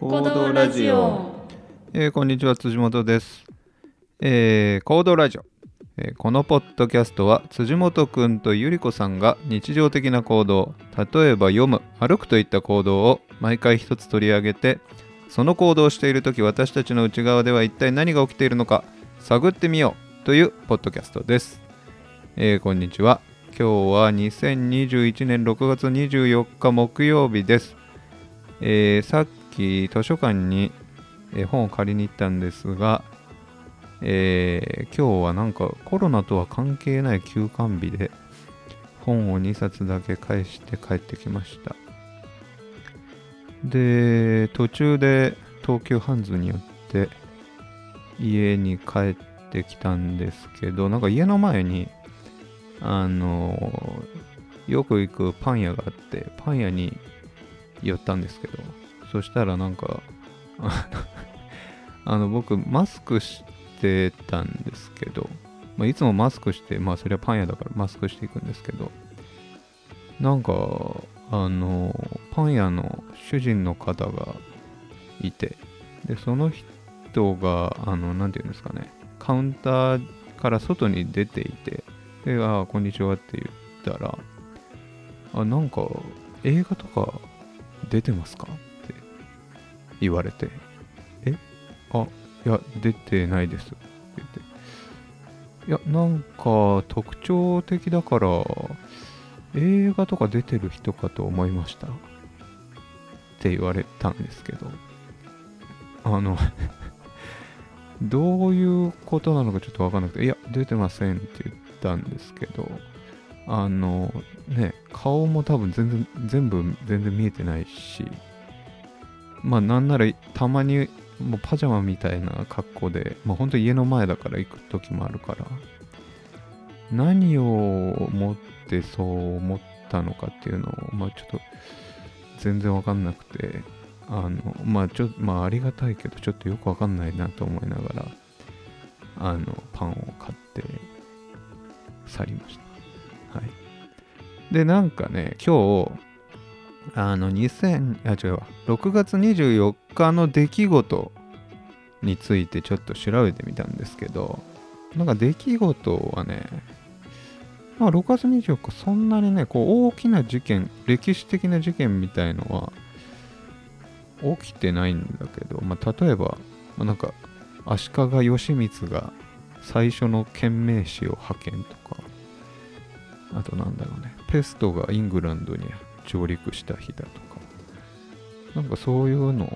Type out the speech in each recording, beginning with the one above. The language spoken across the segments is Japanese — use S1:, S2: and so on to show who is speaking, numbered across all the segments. S1: 行動ラジオ。
S2: えーこんにちは辻元です、えー、行動ラジオ、えーこのポッドキャストは辻元くんとゆり子さんが日常的な行動例えば読む歩くといった行動を毎回一つ取り上げてその行動をしている時私たちの内側では一体何が起きているのか探ってみようというポッドキャストです、えーこんにちは今日は2021年6月24日木曜日です、えーさっき図書館にえー本を借りに行ったんですが、えー今日はなんかコロナとは関係ない休館日で本を2冊だけ返して帰ってきましたで途中で東急ハンズによって家に帰ってきたんですけどなんか家の前にあのーよく行くパン屋があってパン屋に寄ったんですけどそしたらなんかあのあの僕マスクしてたんですけど、まあ、いつもマスクしてまあそれはパン屋だからマスクしていくんですけどなんかあのパン屋の主人の方がいてでその人があのなんていうんですかねカウンターから外に出ていてで「ああこんにちは」って言ったら「あなんか映画とか出てますか?」って言われてあ、いや、出てないです。って言って。いや、なんか特徴的だから、映画とか出てる人かと思いました。って言われたんですけど。あの、 どういうことなのかちょっとわかんなくて、いや、出てませんって言ったんですけど、あの、ね、顔も多分全然、全部全然見えてないし、まあなんならたまにもうパジャマみたいな格好で、まあ、本当家の前だから行く時もあるから何を思ってそう思ったのかっていうのを、まあ、ちょっと全然わかんなくてあのまあちょまあありがたいけどちょっとよくわかんないなと思いながらあのパンを買って去りましたはいでなんかね今日あの2000あ違うわ6月24日の出来事についてちょっと調べてみたんですけどなんか出来事はねまあ6月24日そんなにねこう大きな事件歴史的な事件みたいのは起きてないんだけど、まあ、例えば、まあなんか足利義満が最初の県名士を派遣とかあとなんだろうねペストがイングランドに上陸した日だとかなんかそういうの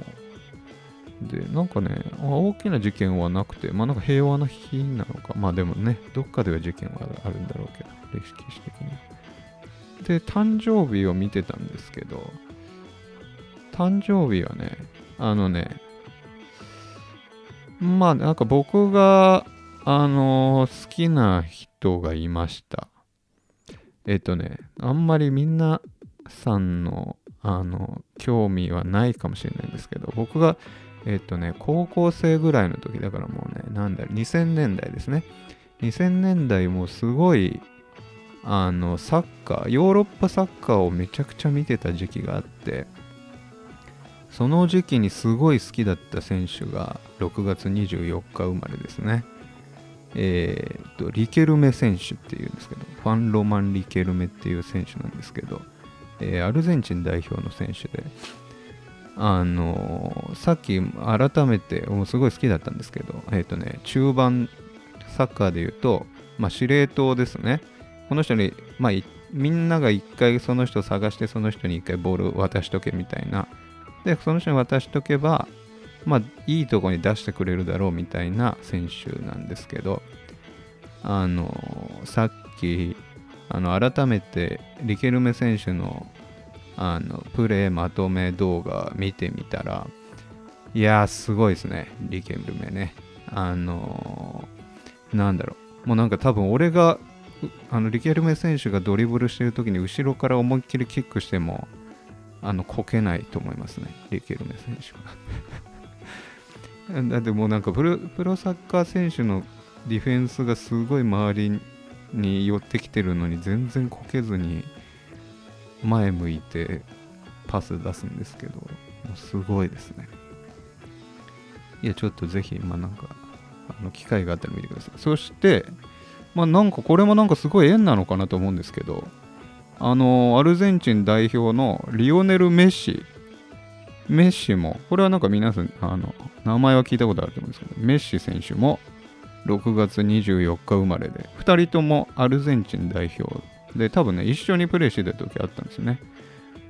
S2: でなんかねあ大きな事件はなくてまあなんか平和な日なのかまあでもねどっかでは事件はあるんだろうけど歴史的にで誕生日を見てたんですけど誕生日はねあのねまあなんか僕があの好きな人がいましたえっとねあんまりみんなさんのあの興味はないかもしれないんですけど僕がえっとね高校生ぐらいの時だからもうねなんだろう2000年代ですね2000年代もうすごいあのサッカーヨーロッパサッカーをめちゃくちゃ見てた時期があってその時期にすごい好きだった選手が6月24日生まれですねえーっとリケルメ選手っていうんですけどファン・ロマン・リケルメっていう選手なんですけどえーアルゼンチン代表の選手で、あのーさっき改めて、もうすごい好きだったんですけど、えっ、とね、中盤、サッカーで言うと、まあ、司令塔ですね。この人に、まあ、いみんなが一回その人を探して、その人に一回ボールを渡しとけみたいな。で、その人に渡しとけば、まあ、いいとこに出してくれるだろうみたいな選手なんですけど、あのーさっき、あの改めてリケルメ選手のあのプレーまとめ動画見てみたらいやーすごいですねリケルメねあのーなんだろうもうなんか多分俺がうあのリケルメ選手がドリブルしてる時に後ろから思いっきりキックしてもあのこけないと思いますねリケルメ選手は だってもうなんかプロプロサッカー選手のディフェンスがすごい周りにに寄ってきてるのに全然こけずに前向いてパス出すんですけどもうすごいですねいや、ちょっとぜひ、まあなんか、あの機会があったら見てください。そして、まあなんかこれもなんかすごい縁なのかなと思うんですけど、あのアルゼンチン代表のリオネル・メッシ、メッシも、これはなんか皆さん、あの、名前は聞いたことあると思うんですけど、メッシ選手も6月24日生まれで、2人ともアルゼンチン代表で、多分ね、一緒にプレーしてた時あったんですよね。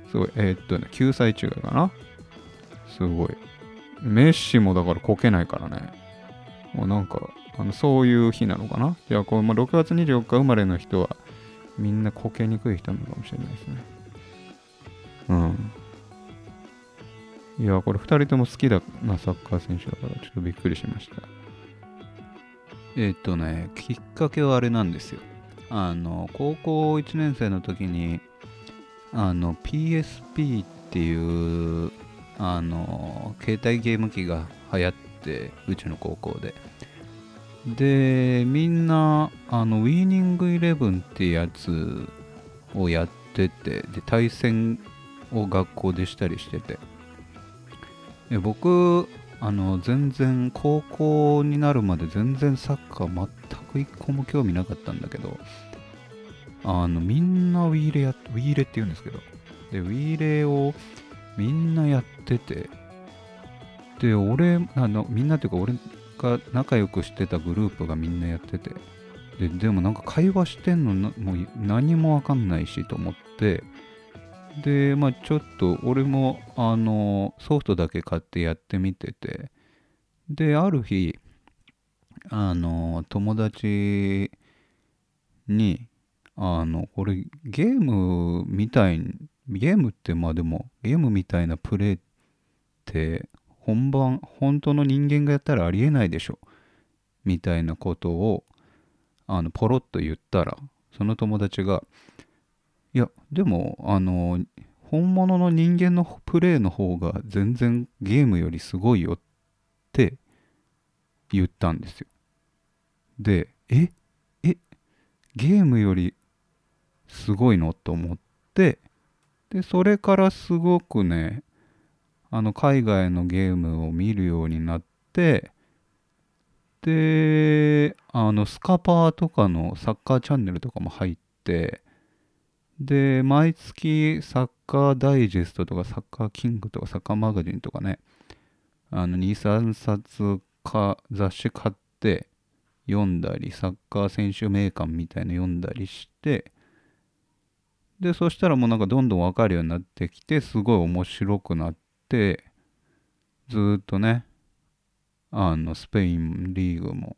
S2: すごい、えーっとね、9歳違いかな。すごい。メッシもだからこけないからね。もうなんか、あのそういう日なのかな。じゃあこう、まあ、6月24日生まれの人は、みんなこけにくい人なのかもしれないですね。うん。いや、これ2人とも好きだなサッカー選手だから、ちょっとびっくりしました。えーっとね、きっかけはあれなんですよ。あの、高校1年生の時に、あの PSP っていうあの携帯ゲーム機が流行ってうちの高校ででみんなあのウィーニングイレブンってやつをやっててで対戦を学校でしたりしててで僕あの全然高校になるまで全然サッカー全く一個も興味なかったんだけどあのみんなウィーレやウィーレって言うんですけどでウィーレをみんなやっててで俺あのみんなっていうか俺が仲良くしてたグループがみんなやっててででもなんか会話してんのなもう何もわかんないしと思ってでまあちょっと俺もあのソフトだけ買ってやってみててである日あの友達にあの、これゲームみたい、ゲームってまあでも、ゲームみたいなプレイって、本番、本当の人間がやったらありえないでしょ。みたいなことを、あの、ポロッと言ったら、その友達が、いや、でも、あの、本物の人間のプレイの方が全然ゲームよりすごいよって言ったんですよ。で、ええゲームよりすごいのと思ってでそれからすごくねあの海外のゲームを見るようになってであのスカパーとかのサッカーチャンネルとかも入ってで毎月サッカーダイジェストとかサッカーキングとかサッカーマガジンとかねあの23冊か雑誌買って読んだりサッカー選手名鑑みたいなの読んだりしてでそしたらもうなんかどんどん分かるようになってきてすごい面白くなってずーっとねあのスペインリーグも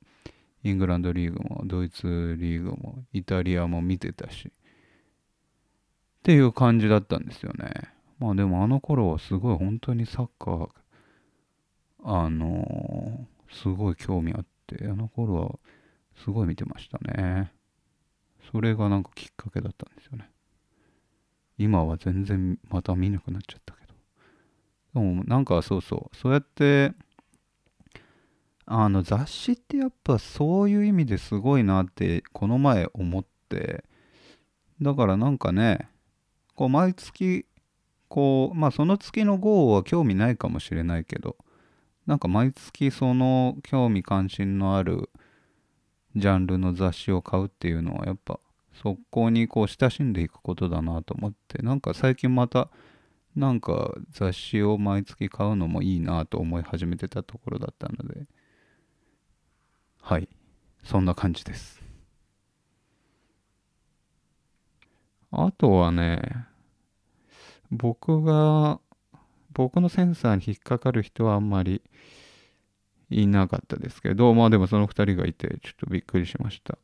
S2: イングランドリーグもドイツリーグもイタリアも見てたしっていう感じだったんですよねまあでもあの頃はすごい本当にサッカーあのーすごい興味あって、あの頃はすごい見てましたね。それがなんかきっかけだったんですよね。今は全然また見なくなっちゃったけど。でもなんかそうそう、そうやって、あの雑誌ってやっぱそういう意味ですごいなってこの前思って、だからなんかね、こう毎月、こう、まあその月の号は興味ないかもしれないけど、なんか毎月その興味関心のあるジャンルの雑誌を買うっていうのはやっぱそこにこう親しんでいくことだなと思ってなんか最近またなんか雑誌を毎月買うのもいいなと思い始めてたところだったのではいそんな感じですあとはね僕が僕のセンサーに引っかかる人はあんまりいなかったですけどまあでもその2人がいてちょっとびっくりしました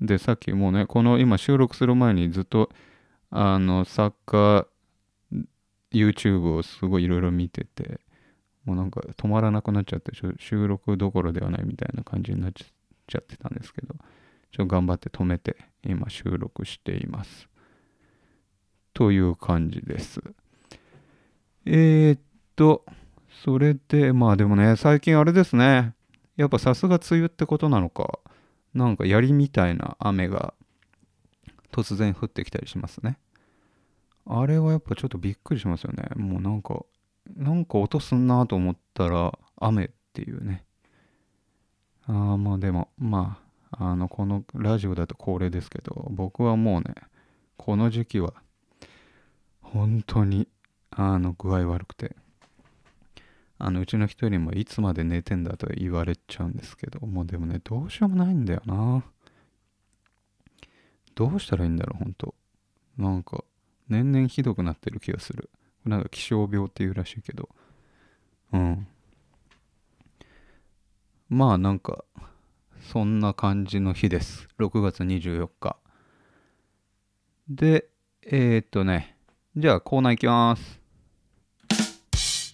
S2: でさっきもうねこの今収録する前にずっとあのサッカー YouTube をすごいいろいろ見ててもうなんか止まらなくなっちゃってしょ収録どころではないみたいな感じになっちゃちゃってたんですけどちょっと頑張って止めて今収録していますという感じですえー、っと、それで、まあでもね、最近あれですね。やっぱさすが梅雨ってことなのか、なんか槍みたいな雨が突然降ってきたりしますね。あれはやっぱちょっとびっくりしますよね。もうなんか、なんか音すんなと思ったら雨ってっていうねあーまあでもまああのこのラジオだと恒例ですけど僕はもうねこの時期は本当にあの具合悪くてあのうちの人にもいつまで寝てんだと言われちゃうんですけどもうでもねどうしようもないんだよなどうしたらいいんだろう本当なんか年々ひどくなってる気がするなんか気象病っていうらしいけどうんまあなんかそんな感じの日です6月24日でえー、っとねじゃあコーナー行きます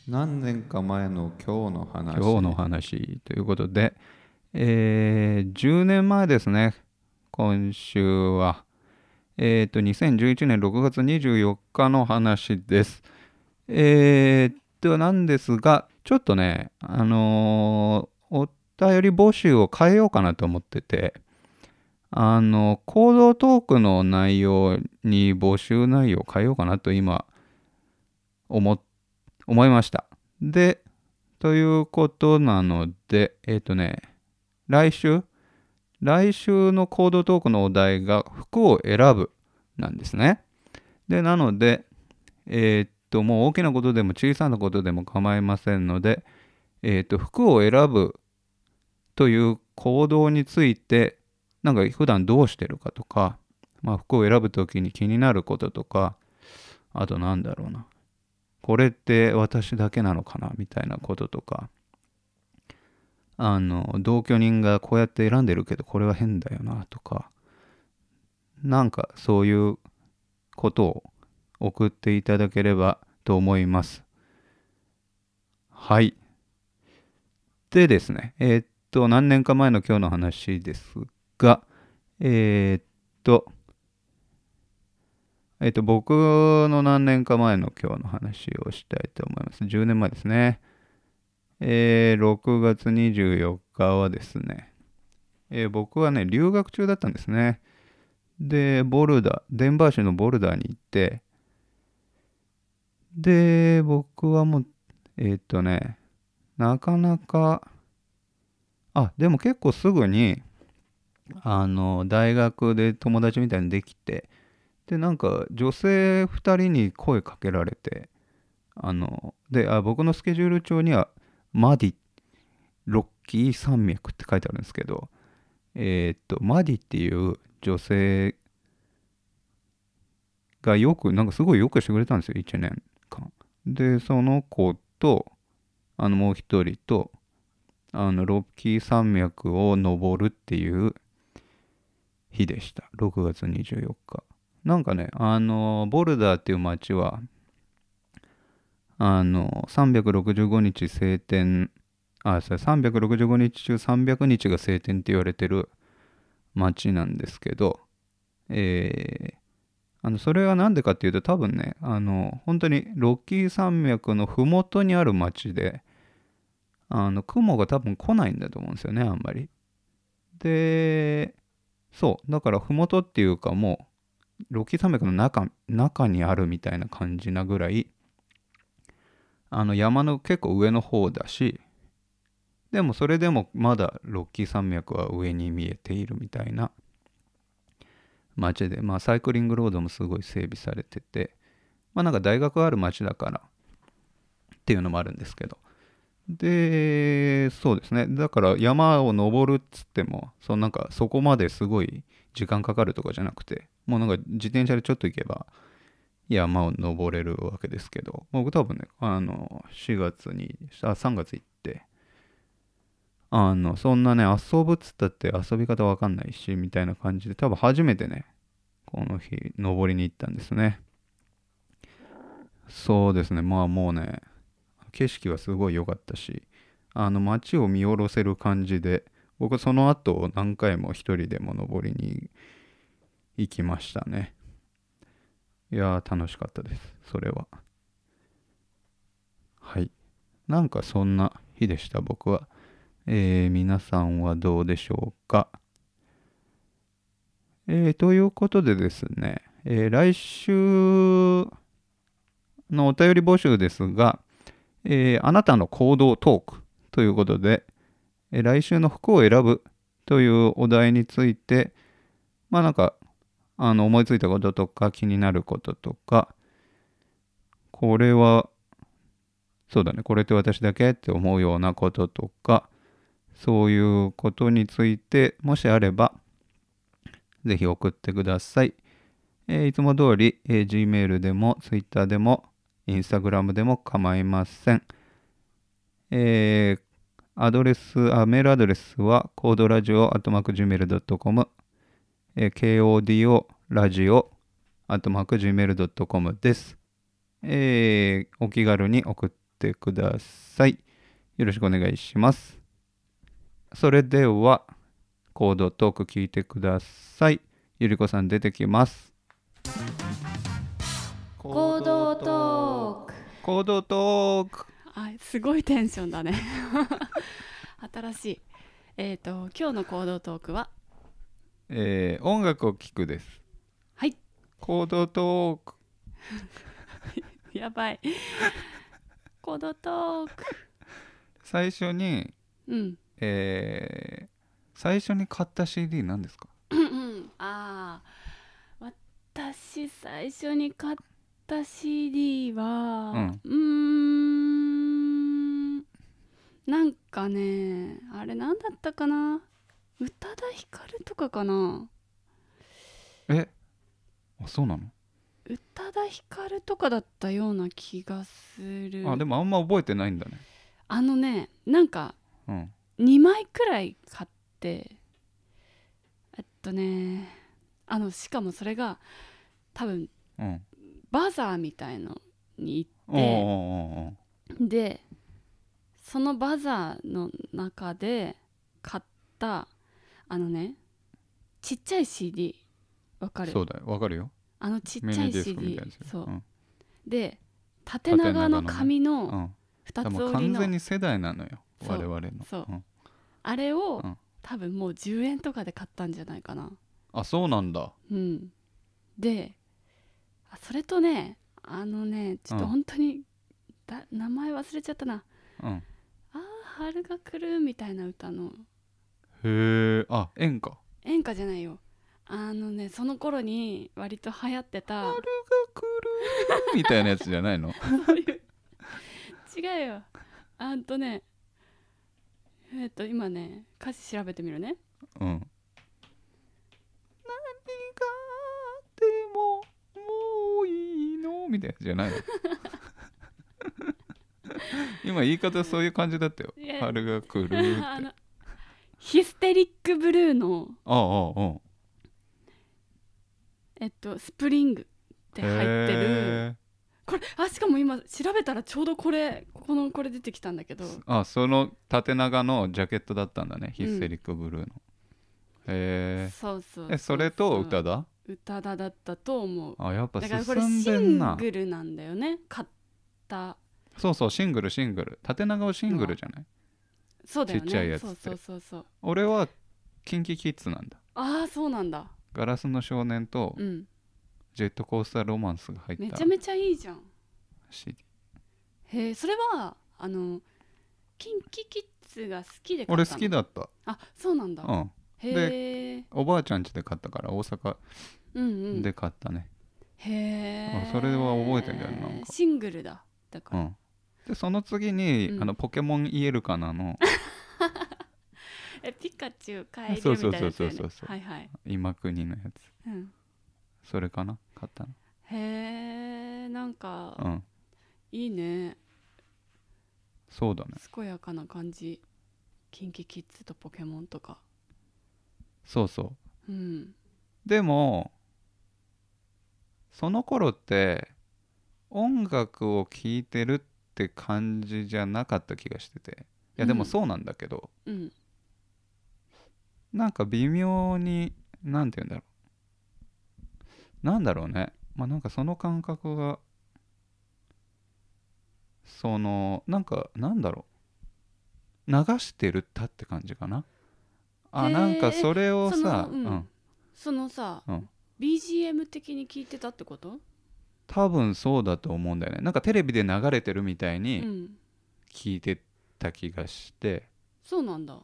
S1: 何年か前の今日の話
S2: 今日の話ということでえー、10年前ですね今週はえー、っと2011年6月24日の話ですえー、っとなんですがちょっとねあのーお便り募集を変えようかなと思っててあの行動トークの内容に募集内容を変えようかなと今思っ思いましたでということなのでえっ、とね来週来週の行動トークのお題が服を選ぶなんですねでなのでえっ、ともう大きなことでも小さなことでも構いませんのでえっ、と服を選ぶという行動についてなんか普段どうしてるかとか、まあ、服を選ぶ時に気になることとかあとなんだろうなこれって私だけなのかなみたいなこととかあの同居人がこうやって選んでるけどこれは変だよなとかなんかそういうことを送っていただければと思いますはいでですねえーっと何年か前の今日の話ですがえーっとえーっと僕の何年か前の今日の話をしたいと思います10年前ですねえー6月24日はですね、えー僕はね、留学中だったんですね。で、ボルダー、デンバー州のボルダーに行って、で、僕はもう、えーっとね、なかなか、あ、でも結構すぐに、あの、大学で友達みたいにできて、で、なんか女性2人に声かけられて、あの、で、あ僕のスケジュール帳には、マディロッキー山脈って書いてあるんですけどえーっとマディっていう女性がよくなんかすごいよくしてくれたんですよ1年間でその子とあのもう一人とあのロッキー山脈を登るっていう日でした6月24日なんかねあのボルダーっていう街はあの、365日晴天、あ、それ365日中300日が晴天って言われてる街なんですけど、えーあの、それはなんでかっていうと多分ね、あの、本当にロッキー山脈の麓にある街で、あの、雲が多分来ないんだと思うんですよね、あんまり。で、そう、だから麓っていうかもう、ロッキー山脈の中、中にあるみたいな感じなぐらい、あの山の結構上の方だしでもそれでもまだロッキー山脈は上に見えているみたいな街でまあサイクリングロードもすごい整備されててまあなんか大学がある街だからっていうのもあるんですけどでそうですねだから山を登るっつってもそのなんかそこまですごい時間かかるとかじゃなくてもうなんか自転車でちょっと行けば山を登れるわけですけど僕多分ねあの4月にあ3月行ってあのそんなね遊ぶっつったって遊び方わかんないしみたいな感じで多分初めてねこの日登りに行ったんですねそうですねまあもうね景色はすごい良かったしあの街を見下ろせる感じで僕その後何回も一人でも登りに行きましたねいやー楽しかったですそれははいなんかそんな日でした僕はえー、皆さんはどうでしょうかえー、ということでですね、えー来週のお便り募集ですが、えーあなたの行動トークということで、え来週の服を選ぶというお題について、まあなんか、あの思いついたこととか気になることとか、これは、そうだね、これって私だけって思うようなこととか、そういうことについて、もしあれば、ぜひ送ってください。えーいつも通り、えー Gmail でも Twitter でも Instagram でも構いません。えーアドレスあ、メールアドレスは、コードラジオ、アットマーク Gmail.com、えー KODO、ラジオ、アットマーク Gmail.com です。えーお気軽に送ってください。よろしくお願いします。それでは、コードトーク聞いてください。ゆりこさん出てきます。
S3: 行動トーク
S2: 行動トーク
S3: あすごいテンションだね 新しいえっ、と今日の行動トークは
S2: えー音楽を聴くです
S3: はい
S2: 行動トーク
S3: やばい行動トーク
S2: 最初に
S3: うん
S2: えー最初に買った CD 何ですか
S3: うんうんああ私最初に買った CD はうーんなんかねあれ何だったかな宇多田ヒカルとかかな
S2: えあそうなの、
S3: 宇多田ヒカルとかだったような気がする
S2: あでもあんま覚えてないんだね
S3: あのねなんか
S2: うん
S3: 2枚くらい買ってえっとねあのしかもそれが多分
S2: うん
S3: バザーみたいのに
S2: おーおーおーおー
S3: 行ってそのバザーの中で買ったあのねちっちゃい CD わかる
S2: そうだよわかるよ
S3: あのちっ
S2: ミ
S3: ちゃ
S2: ニ
S3: い
S2: ディスクみ
S3: CD
S2: たいなやつ
S3: そう、
S2: うん
S3: で縦長の
S2: 縦長のね
S3: 紙
S2: う
S3: の
S2: ん、で
S3: 2つ
S2: も
S3: 折り
S2: 完
S3: の
S2: 全に世代なのよ
S3: そう
S2: 我々の
S3: そうんあれを、
S2: うん
S3: 多分もう10円とかで買ったんじゃないかな
S2: あそうなんだ
S3: うんであそれとねあのねちょっと
S2: うん
S3: 本当に、だ名前忘れちゃったな
S2: うん
S3: 「ああ春が来る」みたいな歌の
S2: へえあ演歌
S3: 演歌じゃないよあのねその頃に割と流行ってた
S2: 来るみたいなやつじゃないの
S3: そういう違うよあんとねえっ、と今ね歌詞調べてみるね
S2: うん何があってももういいのみたいなやつじゃない の今言い方そういう感じだったよ
S3: いや
S2: 春が来るって
S3: あ
S2: あ
S3: のヒステリックブルーの
S2: あうん
S3: えっと、スプリングって入ってる
S2: へ
S3: これあしかも今調べたらちょうどこれこのこれ出てきたんだけど
S2: ーあその縦長のジャケットだったんだね、ヒステリックブルーのへ
S3: そうそう
S2: ーえそれと歌
S3: だ
S2: だ
S3: 歌だだったと思う
S2: あやっぱ
S3: だからこれ
S2: 進ん
S3: シ
S2: でん
S3: ン
S2: な
S3: グルなんだよね買った
S2: そうそうシングルシングル縦長をシングルじゃない
S3: そうだよね
S2: ちっちゃいやつって
S3: そうそうそうそう
S2: 俺はキンキキッズなんだ
S3: ああそうなんだ
S2: ガラスの少年と
S3: うん
S2: ジェットコースターロマンスが入っ
S3: め
S2: た
S3: ちゃめちゃいいじゃん
S2: CD
S3: へえそれはあのキンキキッズが好きで買った
S2: 俺
S3: の
S2: 好きだった
S3: あそうなんだ、
S2: うん
S3: へえ
S2: おばあちゃん家で買ったから大阪
S3: うんうん
S2: で買ったね
S3: へえ
S2: あそれは覚えてんだよなんか
S3: シングルだだか
S2: う
S3: ら、
S2: んでその次に、
S3: うん
S2: あのポケモンイエルカナ の
S3: えピカチュウ帰
S2: そうそう
S3: るみたいなやつだよね
S2: そうそうそうそう
S3: はいはい、
S2: 今国のやつ
S3: うん、
S2: それかな買ったの
S3: へえなんか、
S2: うん
S3: いいね
S2: そうだね
S3: 健やかな感じキンキキッズとポケモンとか
S2: そうそう
S3: うん
S2: でもその頃って音楽を聴いてるって感じじゃなかった気がしてていやでも
S3: うん
S2: そうなんだけど、
S3: うん
S2: なんか微妙に何て言うんだろうなんだろうねまあなんかその感覚がそのなんかなんだろう流してるったって感じかなあ
S3: へー
S2: なんかそれをさ、
S3: そのうん
S2: うん
S3: そのさ、
S2: うん
S3: BGM 的に聞いてたってこと
S2: 多分そうだと思うんだよねなんかテレビで流れてるみたい
S3: うん、
S2: に聞いて
S4: た気がして
S3: そうなんだ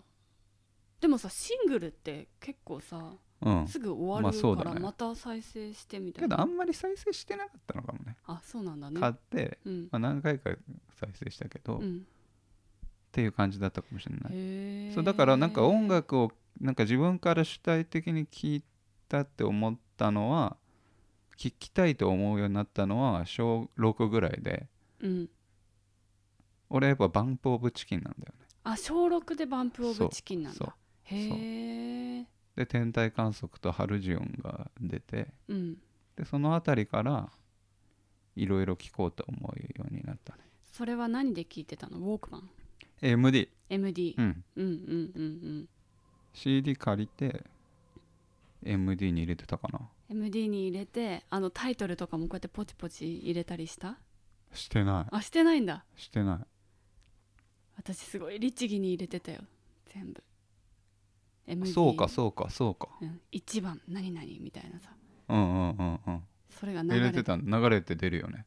S3: でもさシングルって結構さ
S2: うん
S3: すぐ終
S2: ま
S3: わ
S2: あそ
S3: る
S2: う
S3: か
S2: だ
S3: ら
S2: ね
S3: また再生してみた
S2: け
S3: いな、
S2: どあんまり再生してなかったのかもね
S3: あそうなんだね
S2: 買って、
S3: うん、
S2: まあ、何回か再生したけど、
S3: う
S2: っ
S3: ん、
S2: ていう感じだったかもしれない
S3: へえ
S2: そうだからなんか音楽をなんか自分から主体的に聴いたって思ったのは聴きたいと思うようになったのは小6ぐらいで
S3: うん
S2: 俺やっぱバンプ・オブ・チキンなんだよね
S3: あ小6でバンプ・オブ・チキンなん
S2: そう
S3: だへえ
S2: で天体観測とハルジオンが出て
S3: うん
S2: でその辺りからいろいろ聴こうと思うようになったね
S3: それは何で聞いてたのウォークマン
S2: MD、
S3: MD、
S2: うん、
S3: うん、うんうん
S2: CD 借りて MD に入れてたかな
S3: うん MD に入れてあのタイトルとかもこうやってポチポチ入れたりした
S2: してな
S3: あしてないんだ
S2: いしてない
S3: 私すごい律儀に入れてたよ全部 MD
S2: そうかそうかそうか
S3: うん、1番何々みたいなさ
S2: うんうんうんうん
S3: それが流れ
S2: 入れてた流れて出るよね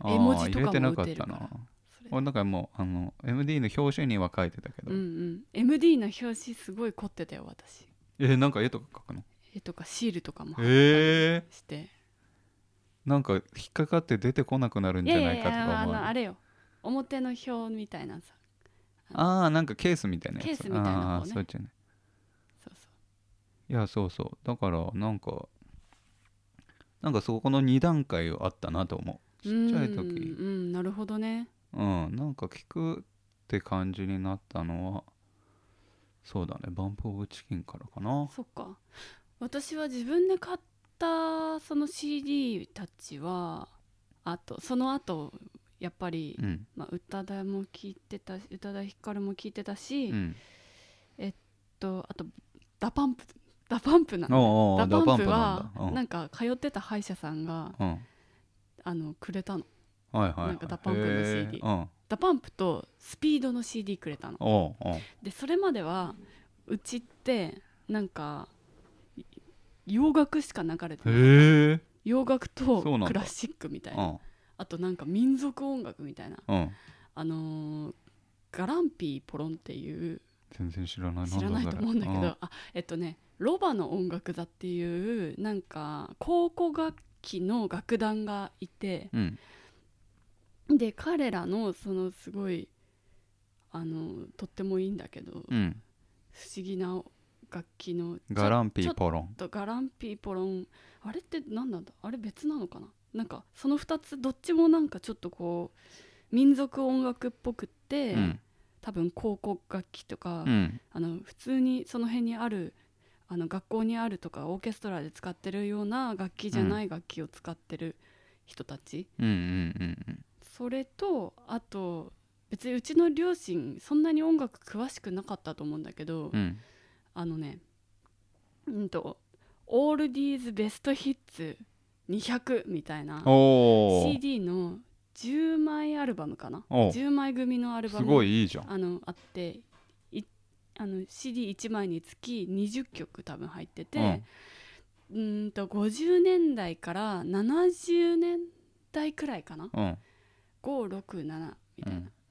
S3: なんか絵文
S2: あー
S3: 字と
S2: 入れ
S3: か
S2: て
S3: も
S2: な
S3: 打
S2: かって
S3: る
S2: た
S3: から
S2: な
S3: それ
S2: 俺だからもうあの MD の表紙には書いてたけど、
S3: うんうん、MD の表紙すごい凝ってたよ私
S2: えーなんか絵とか描くの
S3: 絵とかシールとかも貼っ
S2: え
S3: たりして、
S2: ー、なんか引っかかって出てこなくなるん
S3: い
S2: じ
S3: や
S2: ゃ
S3: いや
S2: ない
S3: い
S2: かと
S3: や
S2: か
S3: あ
S2: 思う
S3: のあれよ表の表みたいなさ
S2: ああなんかケースみたいなやつ
S3: ケースみたいな方ね
S2: あーそうじゃない
S3: そうそ
S2: いやそうそうだからなんかなんかそこの2段階あったなと思う
S3: う
S2: ちっちゃい
S3: うん
S2: 時
S3: うんなるほどね
S2: うん、なんか聞くって感じになったのはそうだねバンプ・オブ・チキンからかな
S3: そっか私は自分で買ったその CD たちはあとその後やっぱり、
S2: うん
S3: まあ、宇多田も聞いてたし宇多田ヒカルも聞いてたし、
S2: うん
S3: とあとダパンプダパンプなんだ
S2: おうおう
S3: ダパンプは
S2: ダパンプな
S3: なん
S2: だ
S3: んか通ってた歯医者さんが
S2: うん、
S3: あのくれたの
S2: うん、はいはいはい
S3: なんかダパンプの CD
S2: へーうん
S3: ダパンプとスピードの CD くれたの
S2: おうおう
S3: でそれまではうちってなんかい洋楽しか流れてない
S2: へえ
S3: 洋楽と
S2: そうなんだ
S3: クラシックみたいうなんあとなんか民族音楽みたいな
S2: うん
S3: あのーガランピーポロンっていう
S2: 全然知らない
S3: 知らないと思うんだけど、
S2: なん
S3: あえっとねロバの音楽座っていうなんか考古楽器の楽団がいて
S2: それうん
S3: で彼らのそのすごいあのとってもいいんだけど、
S2: うん、うん、
S3: 不思議な楽器の
S2: ガランピ
S3: ちょ
S2: ーポロン
S3: ちょっとガランピーポロンあれって何なんだあれ別なのかななんかその2つどっちもなんかちょっとこう民族音楽っぽくって、
S2: うん
S3: 多分考古楽器とか、
S2: うん
S3: あの普通にその辺にあるあの学校にあるとかオーケストラで使ってるような楽器じゃない楽器を使ってる人たち、
S2: うんうんうん
S3: それとあと別にうちの両親そんなに音楽詳しくなかったと思うんだけ
S2: う
S3: ど、
S2: んうん
S3: あのねうんと「オールディーズベストヒッツ200」みたいな
S2: おお
S3: CD の10枚アルバムかな
S2: おう
S3: 10枚組のアルバ
S2: す
S3: ム
S2: ごいいいじゃん
S3: あのあっていあの CD1 枚につき20曲多分入ってて、うーんと50年代から70年代くらいかな
S2: うんう
S3: 567みたいな、
S2: ん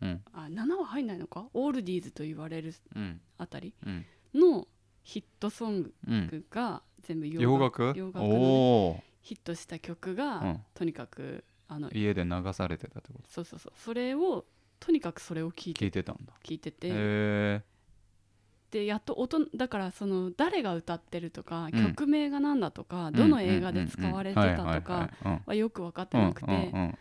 S2: うん
S3: あ7は入んないのかオールディーズと言われる
S2: うん
S3: あたり
S2: うん
S3: のヒットソン
S2: うん
S3: グが全部
S2: 洋楽
S3: 洋楽のね
S2: おお
S3: ヒットした曲が、
S2: うん
S3: とにかくあの
S2: 家で流されてたってこと
S3: そうそうそうそれをとにかくそれを聞い
S2: 聞
S3: て
S2: いてたんだ
S3: 聞いてて、
S2: へえ
S3: でやっと音だからその誰が歌ってるとか、
S2: うん
S3: 曲名が何だとか、どの映画で使われてたとかはよく分かってなくて、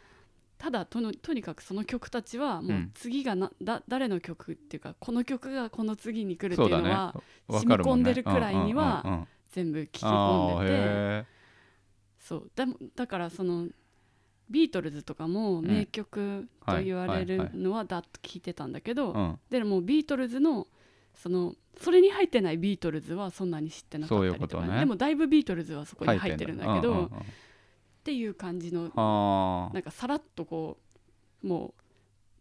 S3: ただとのとにかくその曲たちはもううん次がな、だ誰の曲っていうかこの曲がこの次に来るって
S2: そ
S3: いうう
S2: だね
S3: のは
S2: わかもね
S3: 染み込んでるくらいには
S2: うんうんうんうん
S3: 全部聞き
S2: あ
S3: 込ん
S2: ー
S3: でて。
S2: へ
S3: そうだもだからそのビートルズとかも
S2: ん
S3: 名曲と言われ
S2: はい
S3: る
S2: はい
S3: のはだっと聞いてたんだけど、
S2: ーうん
S3: でもビートルズのそのそれに入ってないビートルズはそんなに知ってなかったりとか
S2: そういうことね
S3: でもだいぶビートルズはそこに入ってるんだけ
S2: う
S3: ど、
S2: う
S3: っ
S2: んうん
S3: ていう感じの
S2: あ
S3: なんかさらっとこうもう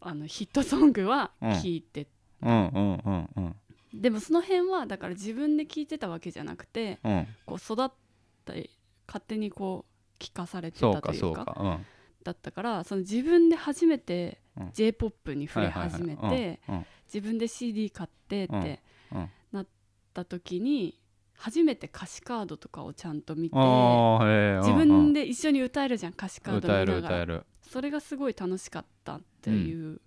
S3: あのヒットソングは聞いて、
S2: あうんうんうんうん
S3: でもその辺はだから自分で聞いてたわけじゃなくて
S2: うん
S3: こう育ったり勝手にこう聞かされて
S2: そ
S3: た
S2: うか
S3: とい
S2: そうう
S3: か
S2: か
S3: だったからその自分で初めて
S2: うん
S3: j p o p に触れ始め
S2: はいはい
S3: て
S2: はいうん
S3: 自分で CD 買ってっ
S2: うん
S3: て
S2: うん
S3: なった時に初めて歌詞カードとかをちゃんと見て
S2: あーへー
S3: 自
S2: うんうん
S3: 分で一緒に歌えるじゃん歌詞カード
S2: 歌え
S3: 見
S2: る
S3: なが
S2: 歌え
S3: ら
S2: る
S3: それがすごい楽しかったっていう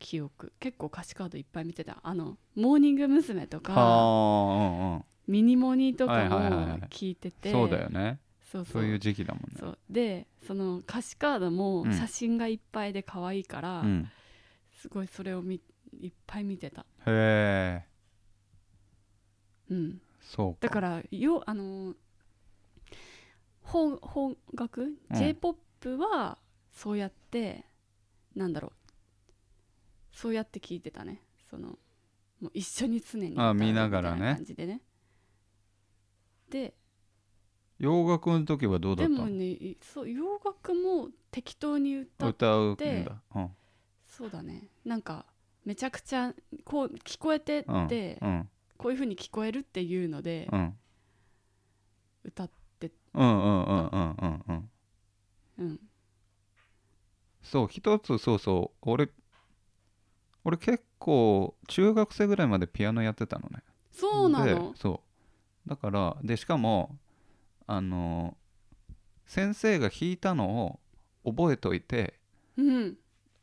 S3: 記憶結構歌詞カードいっぱい見てたあの「モーニング娘。」と
S2: は
S3: か
S2: あうんうん
S3: 「ミニモニ」とかも
S2: はいはいはいはい
S3: 聞いてて
S2: そうだよね
S3: そうそ
S2: そうういう時期だもんね
S3: そうでその歌詞カードも
S2: うん
S3: 写真がいっぱいで可愛いから、
S2: うん
S3: すごいそれをみいっぱい見てた、
S2: へえ
S3: うん、
S2: そうか
S3: だからよあのー邦邦楽、
S2: うん
S3: j p o p はそうやってなんだろうそうやって聞いてたねそのもう一緒に常に
S2: あ見ながらね
S3: みたい感じでねで
S2: 洋楽の時はどうだ
S3: で
S2: った
S3: も
S2: の
S3: ねいそう洋楽も適当に歌っ
S2: 歌うん
S3: て
S2: だうん
S3: そうだねなんかめちゃくちゃこう聞こえてって、
S2: うん
S3: こういう風に聞こえるっていうので
S2: うん
S3: 歌っ
S2: うんうんうんうんうんうん
S3: うん
S2: そう一つそうそう俺俺結構中学生ぐらいまでピアノやってたのね
S3: そうなの
S2: でそうだからでしかもあの先生が弾いたのを覚えといて
S3: うん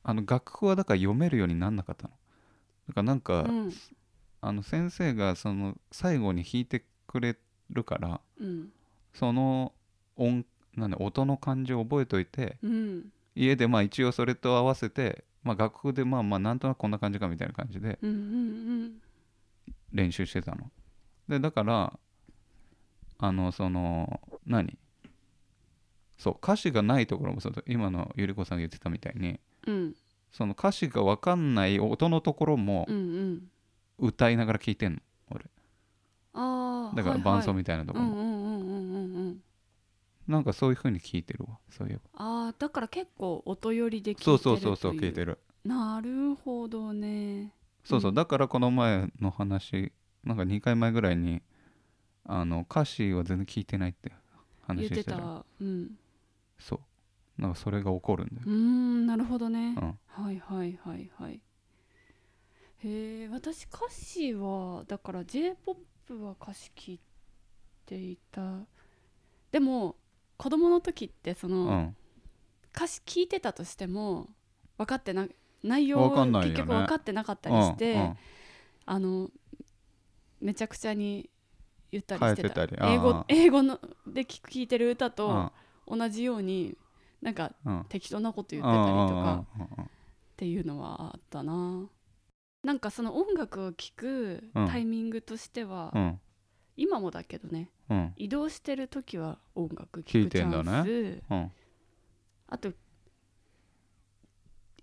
S2: あの楽譜はだから読めるようになんなかったのだからなんか、
S3: うん
S2: あの先生がその最後に弾いてくれるから
S3: うん
S2: その音なんだ音の感じを覚えといて
S3: うん
S2: 家でまあ一応それと合わせて、まあ、楽譜でまあまあなんとなくこんな感じかみたいな感じで
S3: うんうん
S2: 練習してたの。でだからあのその何そう歌詞がないところもそうだ今のゆり子さんが言ってたみたいに
S3: うんうん
S2: その歌詞が分かんない音のところも
S3: うんうん
S2: 歌いながら聴いてんの俺
S3: ああ
S2: だから伴奏みたいなとこ
S3: う
S2: ろ
S3: ん
S2: も、
S3: うんうんうんうんうん
S2: なんかそういう風に聴いてるわそういえば
S3: ああだから結構音寄りで聞いてる
S2: そうそうそうそう聴いて
S3: る
S2: る
S3: なるほどね
S2: そうそううんだからこの前の話なんか2回前ぐらいにあの歌詞は全然聴いてないって話し
S3: 言っ
S2: て
S3: て
S2: た
S3: たうん
S2: そうなんかそれが起こるんだよ
S3: うーんなるほどね、
S2: うん
S3: はいはいはいはいへえ私歌詞はだから j p o p は歌詞聞いていたでも子供の時ってそうの、
S2: ん
S3: 歌詞聞いてたとしても分かってな内容
S2: わかんないよね
S3: 結局分かってなかったりして、あのめちゃくちゃに言ったりしてた
S2: 変えてたり
S3: 英
S2: あ
S3: 語
S2: あ
S3: 英語ので聞聞いてる歌
S2: うんうん
S3: と同じようになんか
S2: うん
S3: 適当なこと言
S2: うん
S3: ってたりとか。
S2: うんうんうん
S3: っていうのはあったななんかその音楽を聴く
S2: うん
S3: タイミングとしては、
S2: うん
S3: 今もだけどね
S2: うん
S3: 移動してる時は音楽
S2: 聴
S3: 聴
S2: い
S3: く
S2: て
S3: チ
S2: んだ
S3: ャ
S2: ね
S3: ンス、
S2: うん
S3: あと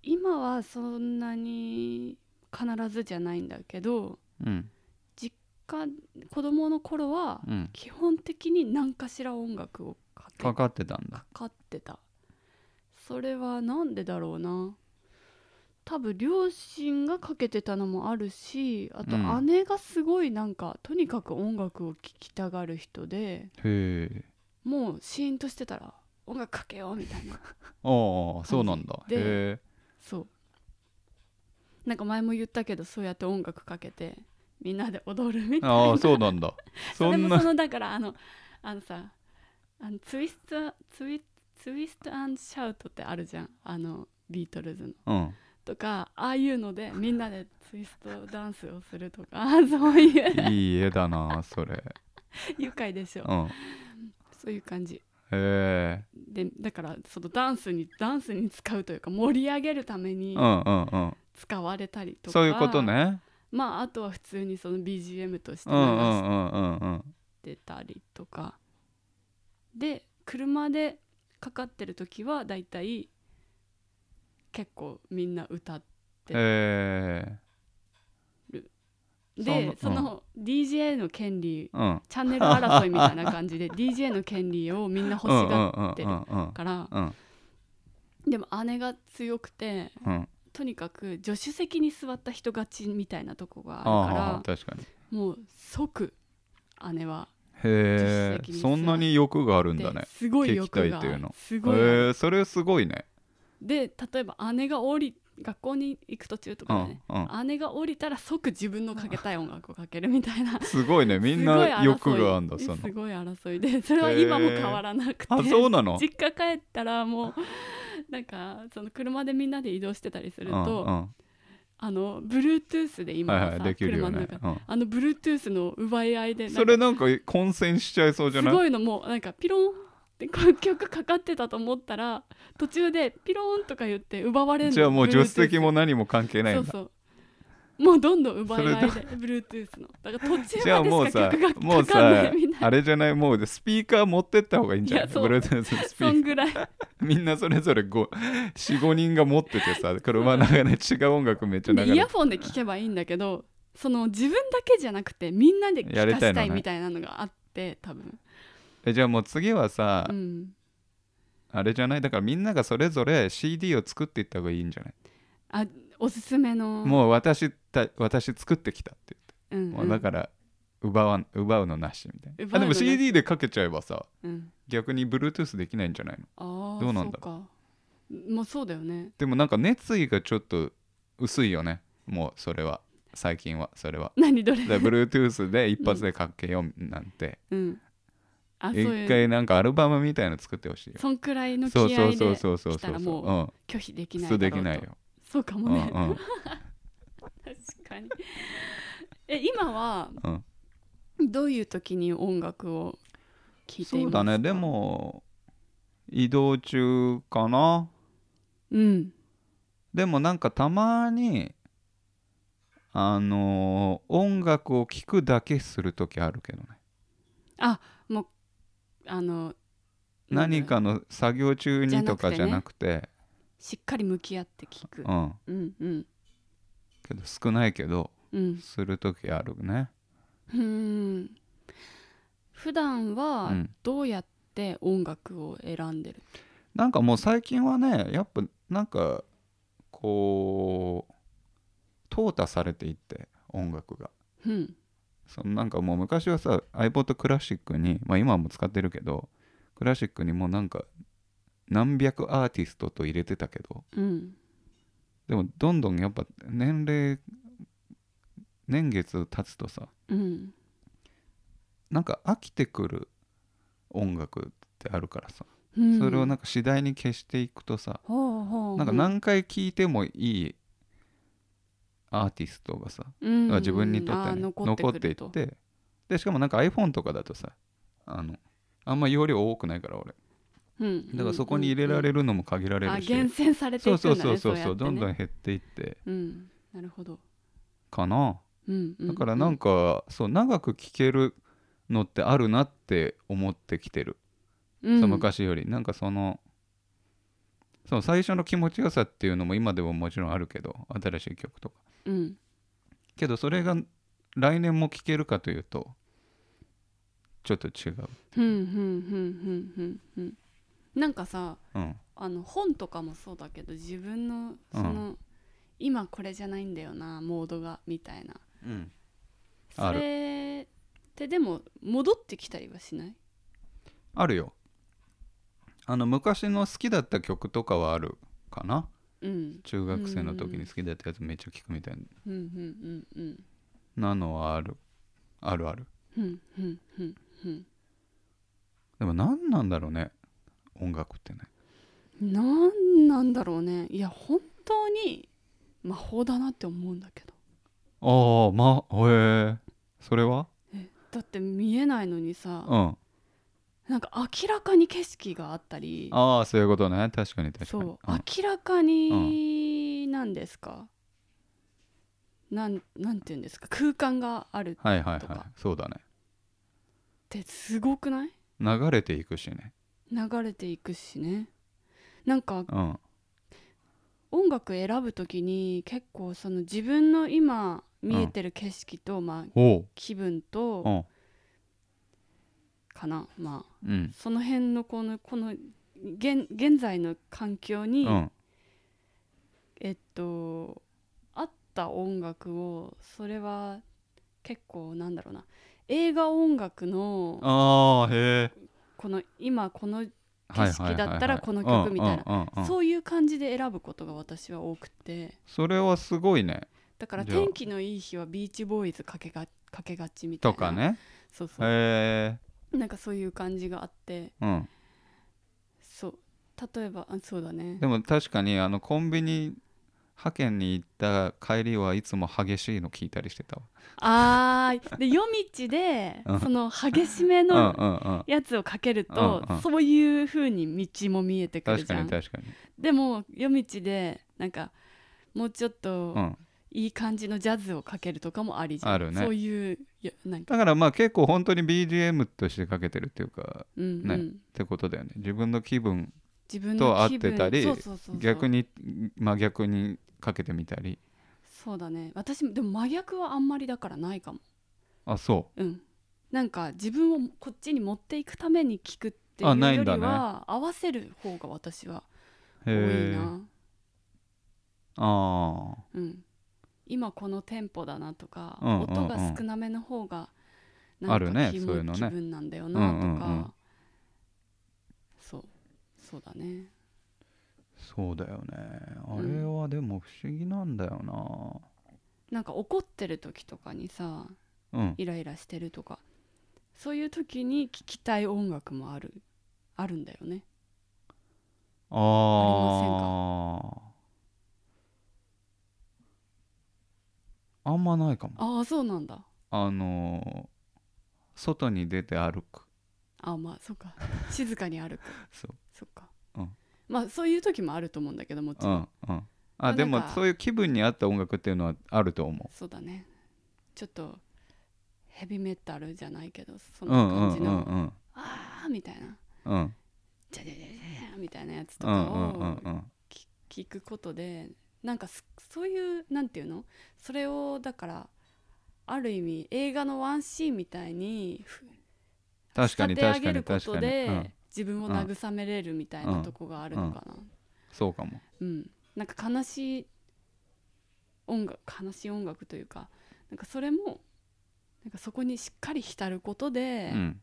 S3: 今はそんなに必ずじゃないんだけど
S2: うん
S3: か子供の頃は
S2: うん
S3: 基本的に何かしら音楽をかけ
S2: かかってたんだ
S3: かかってたそれはなんでだろうな多分両親がかけてたのもあるしあと
S2: うん
S3: 姉がすごいなんか、とにかく音楽を聴きたがる人で
S2: へえ
S3: もうシーンとしてたら音楽かけようみ たい
S2: あ
S3: な
S2: あそうなんだ
S3: で
S2: へえ
S3: そうなんか前も言ったけどそうやって音楽かけてみんなで踊るみたいな
S2: ああそうなんだ
S3: そ
S2: そ
S3: れ
S2: ん
S3: も
S2: な
S3: そのだからあのあのさあのツイストツイツイストアンドシャウトってあるじゃんあのビートルズの
S2: うん
S3: とかああいうのでみんなでツイストダンスをするとか そういう
S2: いい絵だなそれ
S3: 愉快でしょ
S2: うんへ
S3: そういう感じ
S2: え
S3: でだからそのダンスにダンスに使うというか盛り上げるために
S2: うんうんうん
S3: 使われたりとか、
S2: そういうことね
S3: まああとは普通にその BGM として
S2: う
S3: 流
S2: んう
S3: し
S2: んうんうんうん
S3: ってたりとかで車でかかってる時はだいたい結構みんな歌っ
S2: へ
S3: て
S2: そう
S3: で
S2: な
S3: その DJ の権利
S2: えうん
S3: チャンネル争いみたいな 感じで DJ の権利をみんな欲しがってる
S2: うんうん
S3: から
S2: うん
S3: でも姉が強くて
S2: うんうん
S3: とにかく助手席に座った人勝ちみたいなとこがある
S2: ああ
S3: か
S2: 確かに
S3: らもう即姉は
S2: へ
S3: 実績
S2: え
S3: に
S2: そんなに欲があるんだ
S3: で
S2: ね
S3: すごい
S2: 聞
S3: 欲
S2: きたい
S3: が
S2: っていうの
S3: すごいある
S2: へえそれすごいね
S3: で例えば姉が降り学校に行く途中とかね、
S2: うんうん
S3: 姉が降りたら即自分のかけたい音楽をかけるみたいな
S2: すごいねみん
S3: すごい争
S2: ない欲があんだその
S3: すごい争いでそれは今も変わらなくて、
S2: あそうなの
S3: 実家帰ったらもうなんかその車でみんなで移動してたりする
S2: うん
S3: と、
S2: う
S3: あの Bluetooth で
S2: ん
S3: 今は
S2: は
S3: さ、
S2: いはいできるよ
S3: 車の
S2: ね
S3: 中、
S2: うん
S3: あの Bluetooth の奪い合いでなんか
S2: それなんか混戦しちゃいそうじゃ
S3: す
S2: ない
S3: ごいのもうなんかピロンってこう曲かかってたと思っ たら途中でピロンとか言って奪われるの
S2: じゃあもう助手
S3: Bluetooth
S2: 席も何も関係ないんだ
S3: そうそうもうどんどん奪い合いで
S2: そ
S3: Bluetooth のだから途
S2: じゃあ
S3: 中
S2: も
S3: ま
S2: う
S3: でし
S2: さ
S3: か曲が
S2: もう
S3: かかんな
S2: さ
S3: いみんな
S2: あれじゃないもうスピーカー持ってった方がいいんじゃない
S3: いやそう
S2: Bluetooth スピ
S3: そ
S2: ー
S3: んぐらい
S2: カーみんなそれぞれ45人が持っててさ車の中で違う音楽めっちゃ流
S3: でイ
S2: れ
S3: ヤフォンで聴けばいいんだけどその自分だけじゃなくてみんなで聴
S2: やり
S3: か
S2: たい
S3: せ
S2: の
S3: た
S2: ね
S3: いみたいなのがあって多分、
S2: えじゃあもう次はさ、
S3: うん、
S2: あれじゃないだからみんながそれぞれ CD を作っていった方がいいんじゃない、
S3: おすすめの
S2: もう私た私作ってきたって
S3: うんうん、
S2: もうだから奪わん奪うのなしみたいなあ
S3: 奪
S2: で
S3: うの
S2: も
S3: なし
S2: CD でかけちゃえばさ
S3: うん
S2: 逆に Bluetooth できないんじゃないの
S3: ああ
S2: どうなんだ
S3: ろうかもうそうだよね
S2: でもなんか熱意がちょっと薄いよねもうそれは最近はそれは
S3: 何どれ、
S2: で Bluetooth で一発でかけようなんて、
S3: うん、 あそうい
S2: 一
S3: う
S2: 回なんかアルバムみたいの作ってほしいよ
S3: そんくらいの気
S2: そ
S3: 合
S2: うそう
S3: い
S2: そう
S3: で
S2: そうそう
S3: 来た
S2: そう
S3: ら
S2: そう
S3: も
S2: う
S3: 拒否でき
S2: ん
S3: ない
S2: そう
S3: だ
S2: で
S3: ろう
S2: き
S3: と
S2: ないよ、
S3: そうか
S2: う
S3: も
S2: んう
S3: ね、
S2: ん、
S3: 確かにえ今は
S2: うん
S3: どういう時に音楽を聴いてい
S2: そう
S3: ますか
S2: だねでも移動中かな
S3: うん
S2: でもなんかたまにあのー音楽を聴くだけする時あるけどね
S3: あのなんだろう
S2: 何かの作業中にとかじゃなくて
S3: しっかり向き合って聴く
S2: うん
S3: うんうん
S2: けど少ないけど
S3: うん
S2: する時あるね
S3: うーん普段は
S2: うん
S3: どうやって音楽を選んでる、
S2: なんかもう最近はねやっぱなんかこう淘汰されていって音楽が
S3: うん、
S2: そのなんかもう昔はさ iPod クラシックに、まあ、今も使ってるけどクラシックにもうなんか何百アーティストと入れてたけど
S3: うん
S2: でもどんどんやっぱ年齢年月経つとさ
S3: うん
S2: なんか飽きてくる音楽ってあるからさ
S3: うん
S2: それをなんか次第に消していくとさ
S3: ほうほう
S2: なんか何回聴いてもいいアーティストがさ
S3: うん
S2: が自分にとって
S3: あ
S2: ね、
S3: ー
S2: 残
S3: 残っ
S2: って
S3: て
S2: い
S3: い
S2: っ、てでしかもなんか iPhone とかだとさあのあんま容量多くないから俺
S3: うん、
S2: だからそこに入れら
S3: る、
S2: れるのも限られ
S3: あ
S2: るし、
S3: 厳選されて
S2: そ
S3: いうくんだ
S2: そう
S3: ね
S2: そうそう
S3: や
S2: そう
S3: って
S2: ど
S3: ね
S2: んどん減っていって
S3: うん、なるほど。
S2: かな
S3: うんうん、
S2: だからなん
S3: か、
S2: かそう長く聴けるのってあるなって思ってきてる、
S3: うん
S2: そう昔よりなんかそのその最初の気持ちよさっていうのも今でももちろんあるけど新しい曲とか
S3: うん、
S2: けどそれが来年も聴けるかというとちょっと違う
S3: ふんふんふんふんふんふん。なんかさ、
S2: うん
S3: あの本とかもそうだけど、自分
S2: う
S3: の
S2: ん
S3: その、今これじゃないんだよな、モードがみたいな。
S2: うんあ
S3: そ
S2: る
S3: れってでも戻ってきたりはしない？
S2: あるよあの昔の好きだった曲とかはあるかな
S3: うん、
S2: 中学生の時に好きだったやつめっちゃ聴くみたい
S3: うんうんうんうん
S2: なのはあるあるある
S3: うんうんうんうん。
S2: でも何なんだろうね音楽ってね
S3: なんなんだろうね。いや本当に魔法だなって思うんだけど。
S2: ああまあへえそれは
S3: だって見えないのにさ、
S2: うん
S3: なんか明らかに景色があったり
S2: ああそういうことね確かに確かに
S3: そう
S2: うん
S3: 明らかになんですか、なんなんていうんですか空間があるっ
S2: はいはい
S3: と
S2: は
S3: か
S2: いそうだね
S3: てすごくない
S2: 流れていくしね
S3: 流れていくしねなんか
S2: うん
S3: 音楽選ぶときに結構その自分の今見えてる景色と、まあ
S2: おう
S3: 気分
S2: う
S3: と
S2: ん
S3: かなまあ
S2: うん
S3: その辺のこのこの現現在の環境に、
S2: うん
S3: えっとあった音楽をそれは結構なんだろうな映画音楽の
S2: ああへえ
S3: この今この
S2: はい
S3: 景色だったらこ
S2: はい
S3: の
S2: はいはい
S3: 曲みたいな
S2: うんうんうんうん
S3: そういう感じで選ぶことが私は多くて
S2: それはすごいね
S3: だから
S2: じゃあ
S3: 天気のいい日はビーチボーイズかけがかけがちみたい
S2: と
S3: な
S2: かね
S3: そうそう
S2: へ
S3: なんかそういう感じがあって
S2: えうん
S3: そう例えばあそうだね
S2: でも確かにあのコンビニ派遣に行った帰りはいつも激しいの聞いたりしてたわ
S3: あーで夜道で
S2: うん
S3: その激しめ
S2: うん
S3: の
S2: うんうん
S3: やつをかけると
S2: うんうん
S3: そういう風に道も見えてくる
S2: 確
S3: じ
S2: か
S3: ゃ
S2: に
S3: ん
S2: 確かに
S3: でも夜道でなんかもうちょっと
S2: うん
S3: いい感じのジャズをかけるとかもありじゃん
S2: あるね
S3: そういうやなんか
S2: だからまあ結構本当に BGM としてかけてるっていうか
S3: うんうん、
S2: ねってことだよね自分の気分
S3: 自分
S2: と合
S3: の
S2: っ
S3: 気
S2: て
S3: 分
S2: たり
S3: そうそうそうそう
S2: 逆に真逆にかけてみたり
S3: そうだね私もでも真逆はあんまりだからないかも
S2: あそ
S3: うんなんか自分をこっちに持っていくために聞くってい
S2: あ
S3: うよ
S2: ないん
S3: り
S2: だ
S3: は、
S2: ね
S3: 合わせる方が私は
S2: う
S3: 多い
S2: へえ
S3: な、
S2: ああ
S3: うん、今このテンポだなとか、
S2: うんうんうん
S3: 音が少なめの方が
S2: あ
S3: なん
S2: る
S3: か
S2: ね
S3: 気,、
S2: そういうのね
S3: 気分なんだよなとか、
S2: うんうんうん
S3: そうそうだね
S2: そうだよねあれはでも不思議なんだよ
S3: なんか怒ってる時とかにさ
S2: なうん
S3: イライラしてるとかそういう時に聴きたい音楽もあるあるんだよね
S2: あ
S3: せんか
S2: ああんまないかも
S3: ああそうなんだ
S2: あのー外に出て歩く
S3: あまあそうか静かに歩く
S2: そう
S3: そっか、
S2: うん
S3: まあそういう時もあると思うんだけども
S2: う
S3: ちろん、
S2: んうん
S3: な
S2: あ
S3: んか
S2: でもそういう気分に合った音楽っていうのはあると思
S3: そうだねちょっとヘビメタルじゃないけどそうの
S2: うんうん
S3: 感じ
S2: う
S3: の、
S2: んうん
S3: ああみたいな
S2: うん
S3: じゃじゃじゃじゃじゃみたいなやつと
S2: う
S3: か
S2: んうんう
S3: を
S2: んうん
S3: き聞くことでなんかすそういうなんていうのそれをだからある意味映画のワンシーンみたいにふ
S2: 確かに
S3: 仕立て上
S2: 確か
S3: げ
S2: に
S3: るこ
S2: 確
S3: と
S2: かに、
S3: で、
S2: うん、
S3: 自分を慰めれるみたいなとこがあるのかな、
S2: そうかも
S3: うん、なんか悲しい音楽悲しい音楽というかなんかそれもなんかそこにしっかり浸ること
S2: う
S3: で、
S2: ん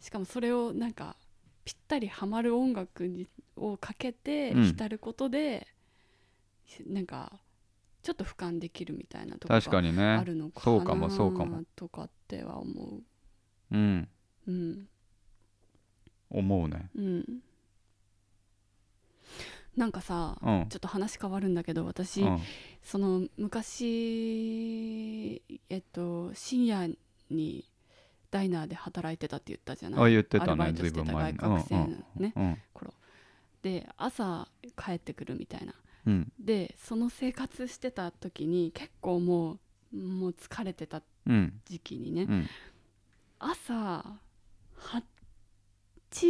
S3: しかもそれをなんかぴったりハマる音楽にをかけて
S2: うん
S3: 浸ることで、なんかちょっと俯瞰できるみたいなとこ
S2: 確か
S3: が
S2: に
S3: あ
S2: ね
S3: るのかな
S2: そうかもそうかも
S3: とかっては思
S2: うん
S3: ううん
S2: 思うね
S3: うんなんかさ、
S2: うん
S3: ちょっと話変わるんだけど私、
S2: うん
S3: その昔えっと深夜にダイナーで働いてたって言ったじゃない
S2: あ言って
S3: ア
S2: た
S3: ルバ
S2: ね
S3: イト
S2: ずい
S3: して
S2: ぶん
S3: た
S2: 前
S3: 外
S2: に
S3: 学生のね、
S2: うんうん
S3: 頃で朝帰ってくるみたいな
S2: うん
S3: でその生活してた時に結構もうもう疲れてた
S2: うん
S3: 時期にね、
S2: うん
S3: 朝8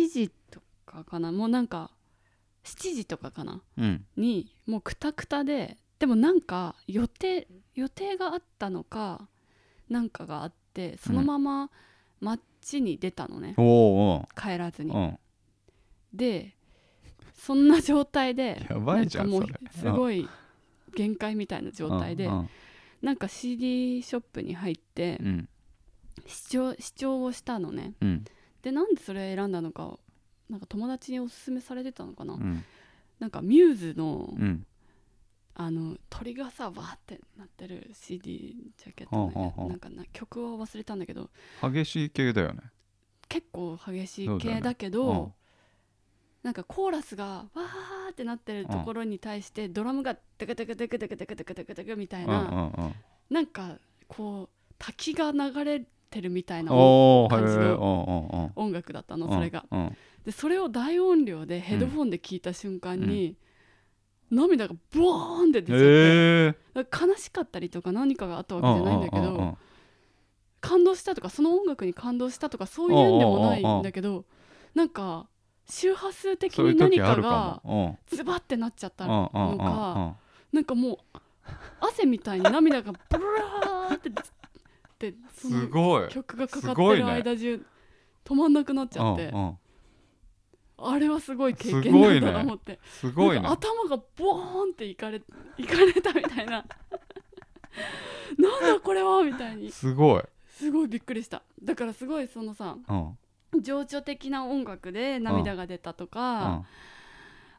S3: 時とかかなもうなんか7時とかかな
S2: うん
S3: にもうくたくたででもなんか予定予定があったのかなんかがあってそのまま街に出たのね、
S2: おお
S3: 帰らずに
S2: お。うん
S3: でそんな状態で
S2: やばいじゃん
S3: なか
S2: それ
S3: すごい限界みたいな状態で、
S2: うん
S3: なんか CD ショップに入って
S2: うん
S3: 視聴視聴をしたのね
S2: うん
S3: でなんでそれ選んだのかなんか友達におすすめされてたのかな、
S2: うん
S3: なんかミューズの、
S2: うん
S3: あの鳥がさわーってなってる CD ジャケットの
S2: ほうほう
S3: ね
S2: ほう
S3: なんかな曲は忘れたんだけど
S2: 激しい系だよね
S3: 結構激し
S2: そ
S3: いう
S2: だよね
S3: 系だけどなんかコーラスがわーってなってるところに対してドラムがテクテクテクテクテクテクテクテクみた
S2: う
S3: い
S2: んうん
S3: な、
S2: うんうん
S3: なんかこう滝が流れてるみたいな音
S2: おおはい
S3: 感じの
S2: うんうんうん
S3: 音楽だったのそれが。
S2: うん
S3: でそれを大音量でヘッドフォンで聞いた瞬間に、涙がボーンって出ちゃって、
S2: へえ
S3: だから悲しかったりとか何かがあったわけじゃないんだけど。
S2: うううんうん
S3: 感動したとかその音楽に感動したとかそういうんでもないんだけどなんか周波数的
S2: そうい
S3: に
S2: う時
S3: 何
S2: あ
S3: か
S2: る
S3: が
S2: かも
S3: ズバってなっちゃっ
S2: う
S3: た
S2: んうん
S3: の
S2: うんうん
S3: かなんかもう汗みたいに涙がブラーってってそ
S2: うんす
S3: の
S2: ごい
S3: 曲がかか
S2: す
S3: っ
S2: ご
S3: て
S2: いね
S3: る間中止まんなくなっちゃって
S2: うんうん
S3: あれはすごい経
S2: す
S3: 験
S2: ごいね
S3: だったと思って
S2: すごい
S3: な
S2: ね
S3: んか頭がボーンっていかれいかれたみたいな なんだこれはみたいに
S2: すごい
S3: すごいびっくりしただからすごいそのさ
S2: うん
S3: 情緒的な音楽で涙が出たとか、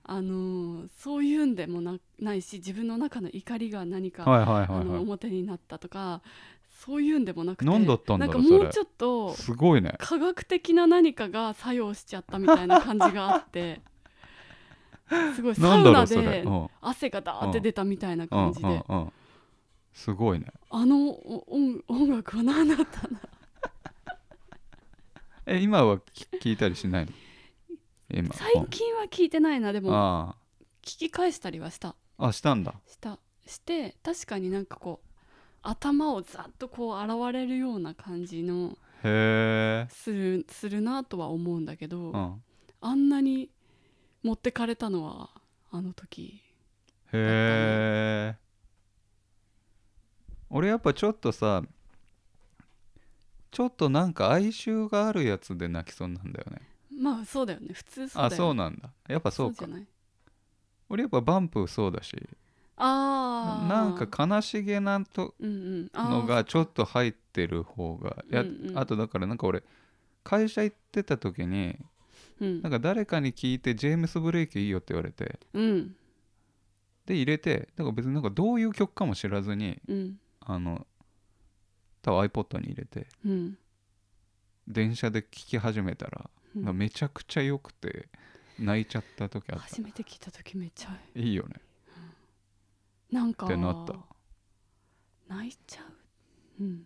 S3: あのーそういうんでもなないし自分の中の怒りが何か、
S2: はいはいは
S3: あ
S2: い
S3: の
S2: は
S3: 表になったとかそういうんでもなくて
S2: 何だったんだろう
S3: なんかも
S2: そうれ
S3: ちょっと
S2: いすごいね
S3: 科学的な何かが作用しちゃったみたいな感じがあってすごいサ
S2: な
S3: ウ
S2: んだろ
S3: ナ
S2: うそれ
S3: で
S2: うんうん
S3: 汗がダーって出たみたいな
S2: うん
S3: 感じで
S2: うんすごいね
S3: あのお音音楽は何だったんだ
S2: え今はき聞いたりしないの今
S3: 最近は聞いてないなでも
S2: あ
S3: 聞き返したりはした
S2: ああしたんだ
S3: したして確かになんかこう頭をざっとこう洗われるような感じの
S2: へえ
S3: するするなとは思うんだけど、
S2: うん
S3: あんなに持ってかれたのはあの時
S2: へえ俺やっぱちょっとさちょっとなんか哀愁があるやつで泣きそうなんだよね
S3: まあそうだよね普通そうだよ
S2: あ
S3: ね
S2: そうなんだやっぱそう
S3: じ
S2: か
S3: ゃない
S2: 俺やっぱバンプそうだし
S3: ああ
S2: なんか悲しげなと
S3: うんうんあー
S2: のがちょっと入ってる方がや、
S3: うんうん
S2: あとだからなんか俺会社行ってた時に
S3: うん
S2: なんか誰かに聞いてジェームス・ブレイクいいよって言われて
S3: うん
S2: で入れてだから別になんかどういう曲かも知らずに
S3: うん
S2: あの多分 iPod に入れて
S3: うん
S2: 電車で聴き始めたら、
S3: うん
S2: なんかめちゃくちゃ良くて泣いちゃった時あった
S3: 初めて聞いた時めっちゃ
S2: いいよね
S3: なんか
S2: ってなった
S3: 泣いちゃううん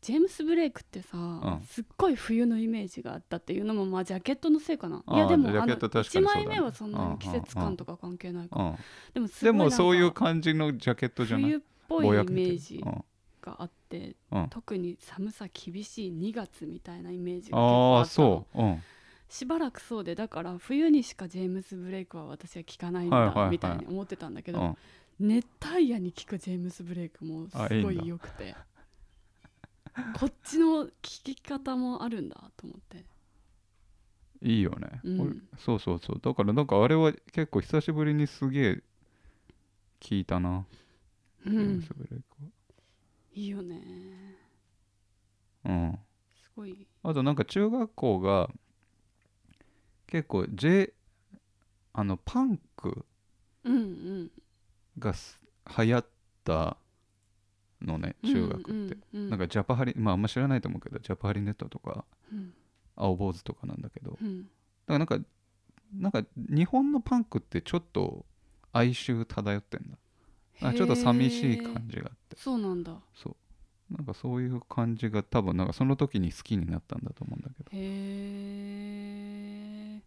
S3: ジェームス・ブレイクってさ、
S2: ん
S3: すっごい冬のイメージがあったっていうのもまあジャケットのせいかな
S2: あー
S3: いやでも
S2: ジャ
S3: あ
S2: ケ
S3: の
S2: ット確かにそう
S3: 1
S2: だね
S3: 枚目はそんなに季
S2: う
S3: 節
S2: んうんうん
S3: 感とか関係ないか
S2: うん
S3: でもすご
S2: で
S3: い
S2: もそういう
S3: 感
S2: 感じのジャケットじゃない
S3: 冬っぽいイ
S2: ぼ
S3: メ
S2: やけてる
S3: ージ
S2: うん
S3: があって
S2: うん
S3: 特に寒さ厳しい2月みたいなイメージが結構
S2: あ
S3: あ
S2: あ
S3: ったの
S2: そううん
S3: しばらくそうでだから冬にしかジェームス・ブレイクは私は聞かないん
S2: はいはいは
S3: だ
S2: い
S3: みたいに思ってたんだけど、
S2: うん
S3: 熱帯夜に聞くジェームス・ブレイクもす
S2: あいい
S3: ご
S2: んだ
S3: い良くてこっちの聞き方もあるんだと思って
S2: いいよね、
S3: うん
S2: 俺そうそうそうだからなんかあれは結構久しぶりにすげえ聞いたな、ジ
S3: う
S2: ェーム
S3: ん
S2: スブレイク
S3: いいよね
S2: はうん
S3: すごい
S2: あとなんか中学校が結構 J あのパンク
S3: うんうん
S2: がす流行ったのね中学って、
S3: うんうん
S2: なんかジャパハリまああんま知らないと思うけどジャパハリネットとか
S3: うん
S2: 青坊主とかなんだけどだか
S3: うん
S2: らなんかなんか日本のパンクってちょっと哀愁漂ってんだなんかちょっと寂しい感
S3: へー
S2: じがあって
S3: そうなんだ
S2: そうなんかそういう感じが多分なんかその時に好きになったんだと思うんだけど
S3: へえ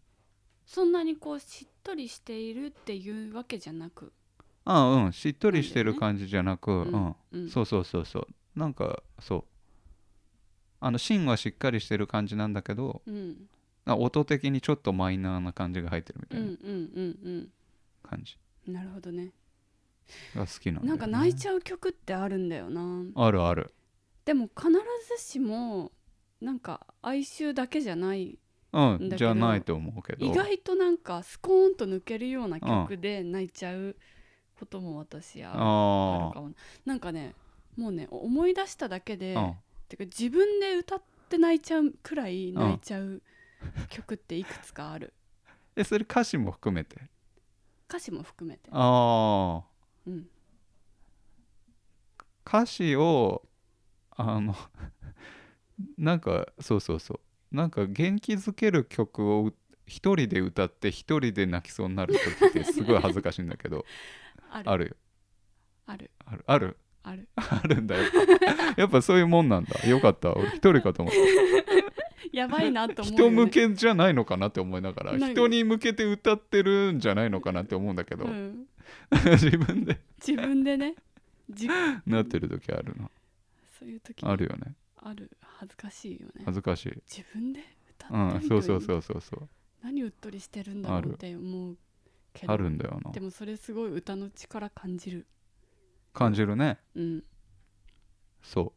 S3: そんなにこうしっとりしているっていうわけじゃなく、
S2: ああうんしっとりしてる感じじゃなく
S3: んだよ
S2: うん
S3: ねうん、
S2: そうそうそうそうなんかそうあの芯はしっかりしてる感じなんだけど
S3: うん
S2: あ音的にちょっとマイナーな感じが入ってるみ
S3: う
S2: た
S3: ん
S2: い
S3: うん
S2: な
S3: うん
S2: 感じ
S3: うんなるほどね
S2: が好きなんだ
S3: な
S2: よ
S3: ん
S2: ね
S3: か泣いちゃう曲ってあるんだよな
S2: あるある
S3: でも必ずしもなんか哀愁だけじゃない
S2: うん
S3: だけど
S2: じゃないと思うけど
S3: 意外となんかスコーンと抜けるような曲で泣いちゃうことも私はあ
S2: あ
S3: るかもなんかねもうね思い出しただけで
S2: あうん
S3: てか自分で歌って泣いちゃうくらい泣いちゃう曲っていくつかある
S2: えそれ歌詞も含めて
S3: 歌詞も含めて
S2: ああ
S3: うん
S2: 歌詞をあの なんかそうそうそうなんか元気づける曲をう一人で歌って一人で泣きそうになる時ってすごい恥ずかしいんだけど
S3: ある
S2: あるよ
S3: ある
S2: あるあ る
S3: ある
S2: あるんだよ やっぱそういうもんなんだよかった俺一人かと思った
S3: やばいな と思うよ
S2: 人
S3: ね
S2: 向けじゃないのかなって思いながら
S3: ない
S2: 人に向けて歌ってるんじゃないのかなって思うんだけど、
S3: うん
S2: 自分で
S3: 自分でねじ
S2: なってる時あるな
S3: そういう時
S2: あるよね
S3: ある恥ずかしいよね
S2: 恥ずかしい
S3: 自分で
S2: う
S3: 歌って
S2: んそうそう
S3: う
S2: そうそうそう
S3: 何うっとりしてるんだろ
S2: あ
S3: う
S2: る
S3: って思うけど
S2: あるんだよな
S3: でもそれすごい歌の力感じる
S2: 感じるね
S3: うん
S2: そ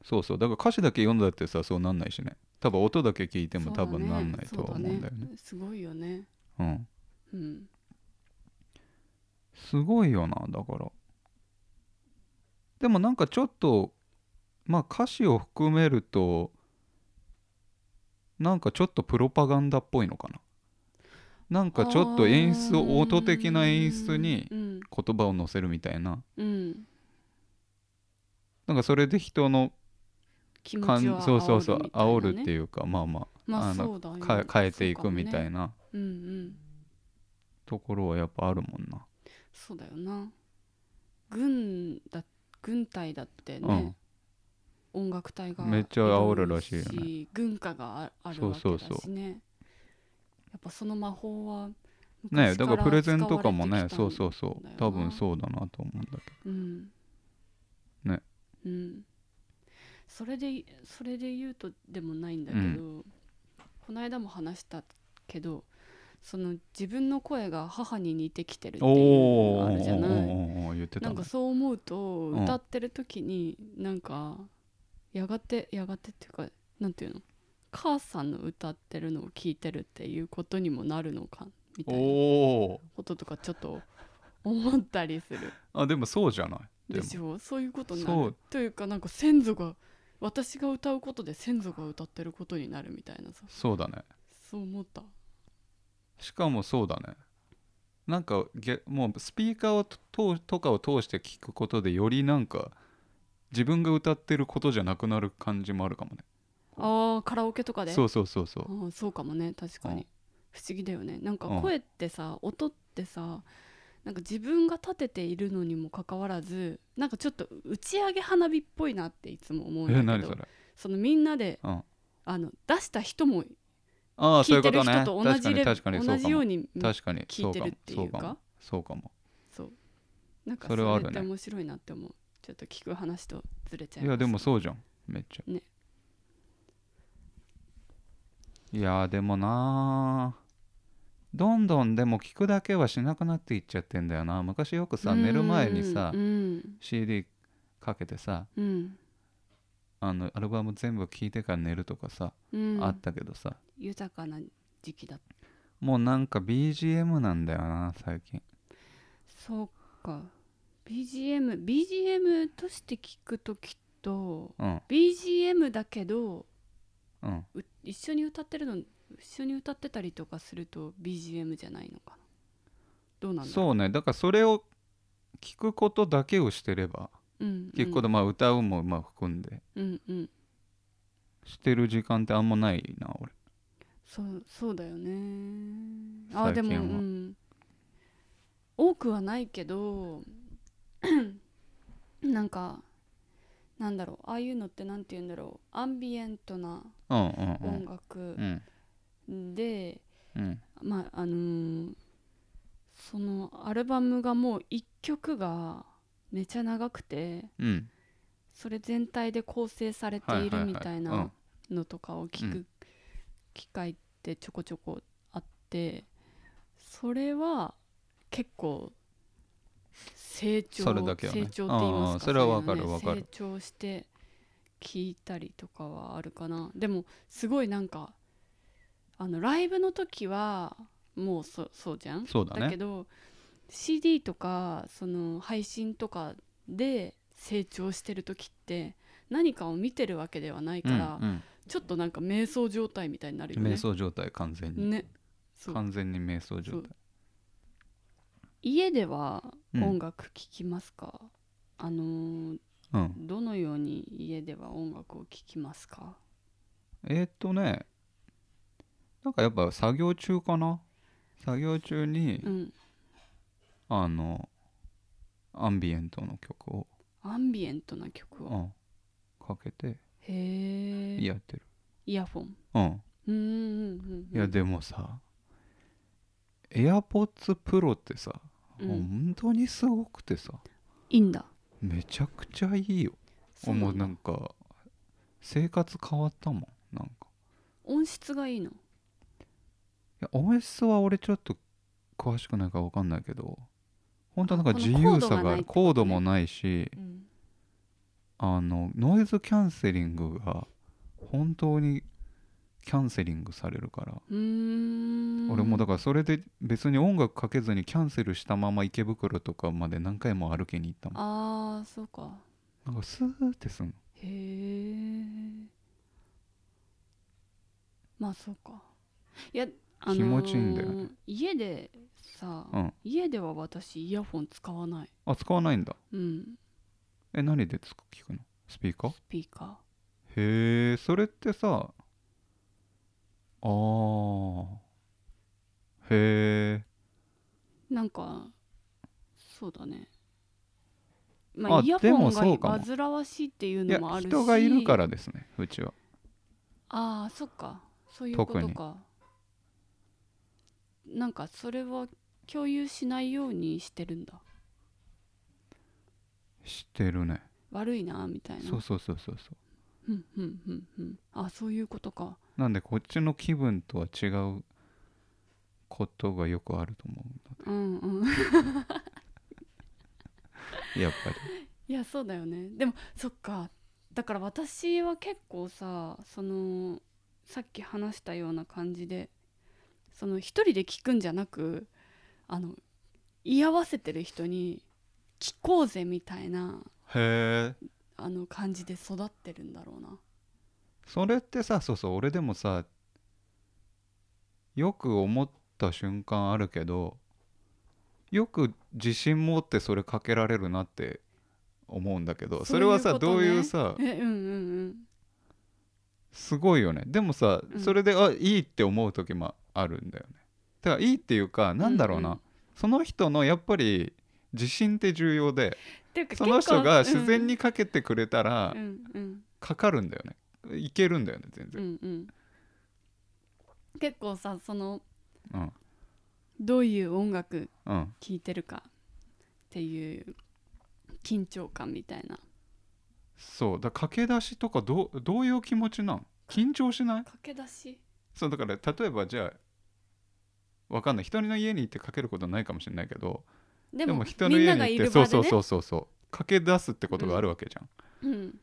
S2: うそうそうだから歌詞だけ読んだってさそうなんないしね多分音だけ聞いても多分なんないとは思うんだよね
S3: すごいよね
S2: うん
S3: うん
S2: すごいよなだからでもなんかちょっとまあ歌詞を含めるとなんかちょっとプロパガンダっぽいのかななんかちょっと演出を音的な演出に
S3: うん
S2: 言葉を載せるみたいな
S3: うん、
S2: なんかそれで人の
S3: 気持
S2: 感
S3: ちを煽るみたいな、ね、
S2: そうそうそう煽るっていうかまあま
S3: ま
S2: あ
S3: あ
S2: の
S3: そうだよ
S2: あ
S3: ね
S2: か変えていくみた
S3: そうかもね
S2: いな
S3: うんうん
S2: ところはやっぱあるもんな、
S3: そうだよな軍だ軍隊だって
S2: う
S3: ね
S2: ん、
S3: 音楽隊が
S2: めっちゃ煽るらしいよね
S3: いるし軍歌があある
S2: そう
S3: わけ
S2: そう
S3: だしね
S2: そう
S3: やっぱその魔法は
S2: ね
S3: 昔
S2: だからプレゼンとかも
S3: 使わ
S2: ね
S3: れてきたん
S2: そうそうそう
S3: だよな
S2: 多分そうだなと思うんだけど
S3: うん
S2: ね
S3: うんそれでそれで言うとでもないんだけど、
S2: う
S3: この間も話したけどその自分の声が母に似てきてるっていうの
S2: お
S3: があるじゃ
S2: ー
S3: ない
S2: おーおーおーおー言ってた
S3: なん
S2: ね
S3: かそう思うと
S2: ん
S3: 歌ってる時になんかやがてやがてっていうかなんていうの母さんの歌ってるのを聞いてるっていうことにもなるのかみたいな
S2: お
S3: こととかちょっと思ったりする
S2: おあでもそうじゃないで
S3: で
S2: も
S3: しょそういうことにな
S2: そ
S3: る
S2: う
S3: というかなんか先祖が私が歌うことで先祖が歌ってることになるみたいなさ
S2: そうだね
S3: そう思った
S2: しかもそうだねなんかげもうスピーカーをととかを通して聞くことでよりなんか自分が歌ってることじゃなくなる感じもあるかもね
S3: あーカラオケとかで
S2: そうそうそうそう
S3: うんそうかもね確かに、
S2: うん
S3: 不思議だよねなんか
S2: うん
S3: 声ってさ、音ってさなんか自分が立てているのにもかかわらずなんかちょっと打ち上げ花火っぽいなっていつも思う
S2: え
S3: んだ
S2: 何
S3: け
S2: そ
S3: ど
S2: れ
S3: そのみんなで
S2: うん
S3: あの出した人も
S2: ああそう
S3: 聞
S2: い
S3: いうて
S2: こ
S3: る
S2: とね
S3: 人と同
S2: 確か
S3: じ
S2: に
S3: レベ
S2: 確かにそ
S3: 同
S2: うか
S3: じよ
S2: も
S3: うに
S2: 確かに
S3: 聞いてるっていうか
S2: そうかも
S3: そうなんかそ
S2: それはある
S3: れ
S2: ね
S3: って面白いなって思うちょっと聞く話とずれち
S2: そ
S3: ゃ
S2: うか
S3: い
S2: もい
S3: ます
S2: やでもそうじゃんめっちゃ、
S3: ね
S2: いやーでもなーどんどんでも聞くだけはしなくなっていっちゃってんだよな昔よくさ寝る前にさ
S3: うん
S2: CD かけてさ
S3: うん
S2: あのアルバム全部聴いてから寝るとかさ、
S3: うん
S2: あったけどさ
S3: 豊かな時期だ
S2: もうなんか BGM なんだよな最近
S3: そうか BGM BGM として聞く時と
S2: うん
S3: BGM だけど
S2: うん
S3: う一緒に歌ってるの一緒に歌ってたりとかすると BGM じゃないのかなどうなんだろ
S2: そうねだからそれを聞くことだけをしてれば
S3: う、うん、
S2: 聞くこと、まあ歌うもまあ含んで
S3: うんうん
S2: してる時間ってあんまないな俺
S3: そうそうだよねあ
S2: 最
S3: で
S2: 近
S3: も、
S2: は
S3: うん、多くはないけど なんかなんだろうああいうのってなんて言うんだろうアンビエントな
S2: うんう
S3: 音
S2: ん
S3: 楽、
S2: うん
S3: で、
S2: うんうん
S3: まああのーそのアルバムがもう1曲がめちゃ長くて
S2: うん
S3: それ全体で構成されて
S2: はいいはい
S3: る
S2: はい
S3: みたいなのとかを聞
S2: う
S3: く機会ってちょこちょこあってそれは結構成長
S2: それだけはね
S3: 成長って言いますか
S2: ああそれはわ
S3: ういう
S2: か
S3: の
S2: るわかる
S3: 成長して聞いたりとかはあるかなでもすごいなんかあのライブの時はもうそそうじゃん
S2: そうだね
S3: けど CD とかその配信とかで成長してる時って何かを見てるわけではないから、
S2: うん
S3: ちょっとなんか瞑想状態みたいにな
S2: う
S3: るよ
S2: ん
S3: ね。
S2: 瞑想状態完全に
S3: ねそう
S2: 完全に瞑想状態
S3: 家では
S2: うん
S3: 音楽聴きますか、あのー
S2: うん
S3: どのように家では音楽を聴きますか
S2: えーっとねなんかやっぱ作業中かな作業中に
S3: うん
S2: あのアンビエントの曲を、
S3: アンビエントな曲を、
S2: うん、かけて
S3: へえ
S2: やってる
S3: イヤホン
S2: うん
S3: うんうんうんうん
S2: いやでもさ AirPods Pro ってさ、
S3: うん
S2: 本当にすごくてさ
S3: いいんだ
S2: めちゃくちゃいいよ
S3: そう
S2: もう
S3: な
S2: なん
S3: だ
S2: んか生活変わったもんなんか
S3: 音質がいいの
S2: いや OS は俺ちょっと詳しくないから分かんないけど本当なんか
S3: この
S2: 自由さ
S3: コードが
S2: が
S3: ないってことね
S2: コードもないし
S3: うん
S2: あのノイズキャンセリングが本当にキャンセリングされるから、
S3: うーん
S2: 俺もだからそれで別に音楽かけずにキャンセルしたまま池袋とかまで何回も歩きに行ったもん
S3: ああそうか
S2: なんかスーってすんの
S3: へえまあそうかいや、あのー
S2: 気持ちいいんだよね
S3: 家でさ、
S2: うん
S3: 家では私イヤホン使わない
S2: あ使わないんだ
S3: うん
S2: え何でつく聞くのスピーカー
S3: スピーカ
S2: へえそれってさあーへえ
S3: ーなんかそうだね
S2: あ
S3: まあイヤ
S2: で
S3: ホ
S2: もそう
S3: ン
S2: か
S3: が
S2: も
S3: 煩わしいってい
S2: い
S3: うの
S2: や
S3: もあるし
S2: 人がいるからですねうちは
S3: ああそっかそういうこと
S2: 特
S3: かなんかそれは共有しないようにしてるんだ
S2: 知ってるね
S3: 悪いなみたいな
S2: そうそうそうそうそ
S3: うんうんうんうんあそういうことか
S2: うなんでこっちの気分とは違うことがよくあると思
S3: うんうん
S2: うやっ ぱり
S3: いやそうだよねでもそっかだから私は結構さそのさっき話したような感じでその一人で聞くんじゃなくあの居合わせてる人に聞こうぜみたいな
S2: へえ
S3: あの感じで育ってるんだろうな
S2: それってさそうそう俺でもさよく思った瞬間あるけどよく自信持ってそれかけられるなって思うんだけどそれはさ
S3: そういうこと
S2: どう
S3: ね
S2: いうさ
S3: えうんうん
S2: すごいよねでもさ、
S3: うん
S2: それであいいって思う時もあるんだよねだからいいっていうかなんだろうな、
S3: うんうん
S2: その人のやっぱり自信って重要で
S3: うんっていうか
S2: その
S3: 結構
S2: 人が自然
S3: う
S2: にかけてくれたら
S3: んうん
S2: かかるんだよねいけるんだよね全
S3: うんう
S2: 然、
S3: んうん結構さその
S2: うん
S3: どういう音楽
S2: うん、
S3: 聴いてるかっていう緊張感みたいな
S2: そうだから駆け出しとかどうどういう気持ちなん緊張しない
S3: 駆け出し
S2: そうだから例えばじゃあわかんない人の家に行ってかけることないかもしれないけど
S3: で
S2: で
S3: も
S2: も人の家に行ってそうそうそううそうそう駆け出すってことがあるわけじ
S3: うん、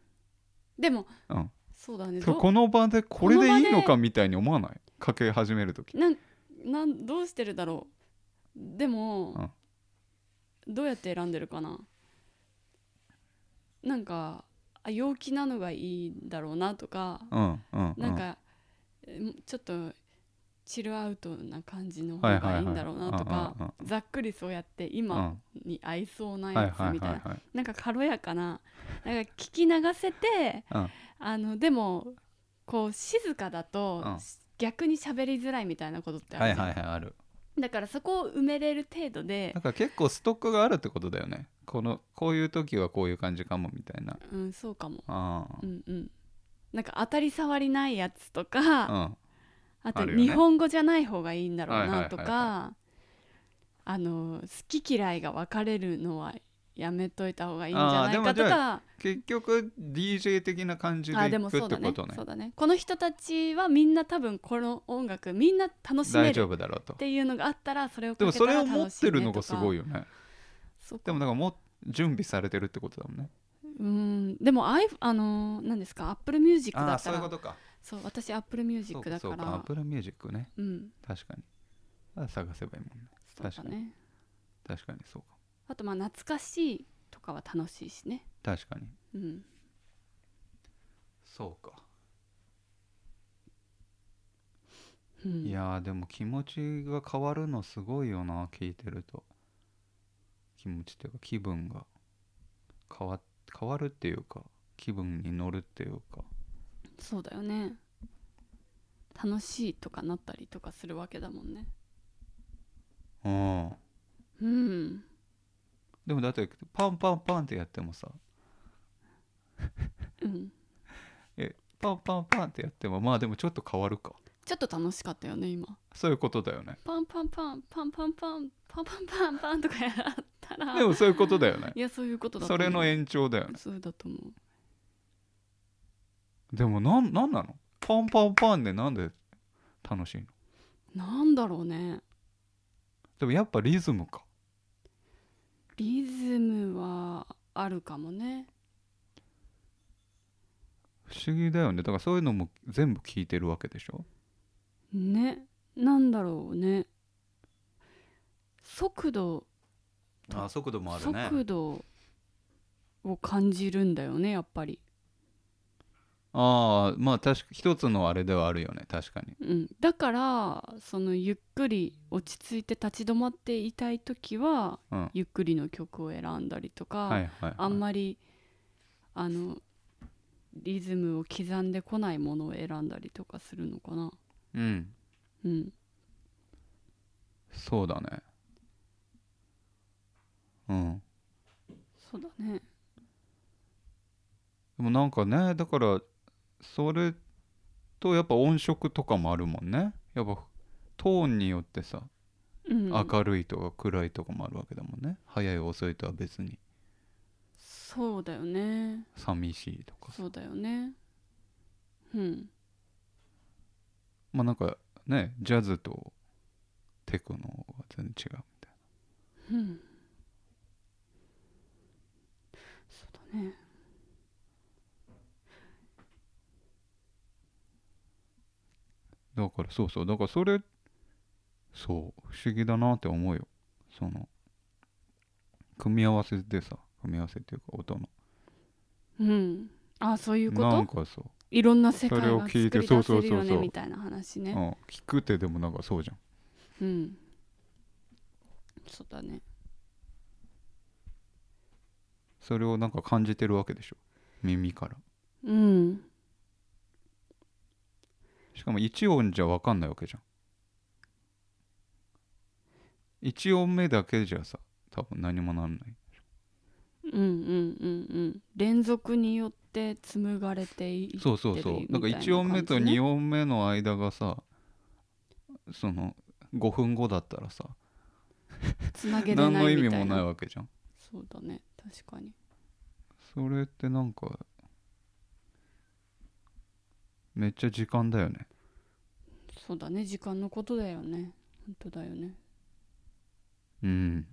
S3: でも、
S2: うん
S3: そうだね
S2: ゃん、そう
S3: ど
S2: この場でこれでいいの
S3: この場
S2: かみたいに思わないかけ始めるとき
S3: なんなんどうしてるだろうでも、どうやって選んでるかななんかあ陽気なのがいいんだろうなとか、
S2: うんうん
S3: なんかえちょっとチルアウトな感じの
S2: うんは
S3: 方
S2: いはいは
S3: が
S2: いい
S3: いんだろうなとか、
S2: うんうん
S3: ざっくりそうやって
S2: うん
S3: 今に合いそうな
S2: うんはい
S3: やつ
S2: はい
S3: みたい
S2: は
S3: ない
S2: はい
S3: なんか軽やかななんか聞き流せて、
S2: うん
S3: あのでもこう静かだと、
S2: うん
S3: 逆に喋りづらいみたいなことってあ
S2: は
S3: る
S2: い
S3: じゃん、
S2: はいはいある
S3: だからそこを埋めれる程度で
S2: だ、から結構ストックがあるってことだよねこのこういう時はこういう感じかもみたいな
S3: うん、そうかも、
S2: あ
S3: うんうん、なんか当たり障りないやつとか、
S2: あうん
S3: あ
S2: あ
S3: と
S2: るよね
S3: 日本語じゃない方がいいんだろうなと
S2: はいはいはい
S3: かあの好き嫌いが分かれるのはやめといた方がいいんじゃないかと
S2: あーでもじ
S3: か
S2: 結局 DJ 的な感じで
S3: あで
S2: 行
S3: も
S2: く
S3: そ
S2: っ
S3: う
S2: て
S3: だ
S2: こ
S3: ね
S2: とね
S3: そうだねこの人たちはみんな多分この音楽みんな楽しめ
S2: 大
S3: る
S2: 丈
S3: っ
S2: 夫だろうと
S3: ていうのがあったらそれを
S2: で
S3: か
S2: も
S3: けた
S2: それ
S3: ら
S2: を持
S3: 楽
S2: っ
S3: しい
S2: て
S3: ねとか
S2: るのがすごいよね
S3: そうか
S2: でもだからもう準備されてるってことだもんね
S3: うんでも i あのー何ですか Apple Music だ
S2: ああ
S3: っ
S2: そ
S3: た
S2: う
S3: ら
S2: いう
S3: そ
S2: こ
S3: う
S2: とか
S3: 私 Apple
S2: そ
S3: Music
S2: う
S3: だ
S2: か
S3: か
S2: そう
S3: ら
S2: か Apple Music ね
S3: うん
S2: 確かにあ探せばいいもんね
S3: そうだ
S2: 確か
S3: ね
S2: 確かにそうか
S3: あとまあ懐かしいとかは楽しいしね
S2: 確かに
S3: うん
S2: そうか、
S3: うん
S2: いやーでも気持ちが変わるのすごいよな聞いてると気持ちっていうか気分が変わ変わるっていうか気分に乗るっていうか
S3: そうだよね楽しいとかなったりとかするわけだもんね
S2: うん
S3: うん
S2: でもだってパンパンパンってやってもさ
S3: うん
S2: パンパンパンってやってもまあでもちょっと変わるか
S3: ちょっと楽しかったよね今
S2: そういうことだよね
S3: パンパンパンパンパンパンパンパンパンパンとかやったら
S2: でもそういうことだよね
S3: いやそういうことだと
S2: そ
S3: 思う
S2: れの延長だよね
S3: そうだと思う
S2: でもなんなんなのパンパンパンでなんで楽しいの
S3: なんだろうね
S2: でもやっぱリズムか
S3: リズムはあるかもね
S2: 不思議だよねだからそういうのも全部聞いてるわけでしょ
S3: ねなんだろうね速度
S2: あ速度も
S3: 速度を感じるんだよねやっぱり
S2: ああまあ確か一つのあれではあるよね確かに
S3: うん、だからそのゆっくり落ち着いて立ち止まっていたい時は
S2: うん
S3: ゆっくりの曲を選んだりとか、
S2: はいはい、はい、
S3: あんまりあのリズムを刻んでこないものを選んだりとかするのかな。
S2: うん
S3: うん、
S2: そうだねうん
S3: そうだね。
S2: でもなんかねだからそれとやっぱ音色とかもあるもんねやっぱトーンによってさ
S3: うん、
S2: 明るいとか暗いとかもあるわけだもんね早い遅いとは別に
S3: そうだよね。
S2: 寂しいとかさ
S3: そうだよね。うん、
S2: まあなんかねジャズとテクノは全然違うみたい
S3: うん。そうだね。
S2: なだからそうそうだからそれそう不思議だなって思うよその組み合わせでさ組み合わせっていうか音の
S3: うん。あ、そういうこ
S2: なん
S3: と。
S2: かそう
S3: いろんな世界
S2: それを
S3: が作
S2: 聞い
S3: り
S2: て
S3: 出せるよね
S2: そうそうそうそう
S3: みたいな話ね。
S2: うん、聞くってでもなんかそうじゃん
S3: うん。そうだね。
S2: それをなんか感じてるわけでしょ耳から
S3: うん。
S2: しかも1音じゃ分かんないわけじゃん1音目だけじゃさ多分何もなんない
S3: うんうんうんうん。連続によって紡がれてい
S2: そうそうそう
S3: 出てる
S2: なんか
S3: みたい
S2: 1
S3: な
S2: 音目と
S3: 感じね
S2: 2音目の間がさその5分後だったらさ
S3: つなげれない
S2: 何の
S3: みたい
S2: 意
S3: な。
S2: 味もないわけじゃん
S3: そうだね。確かに。
S2: それってなんかめっちゃ時間だよね
S3: そうだね。時間のことだよね。本当だよね。
S2: うん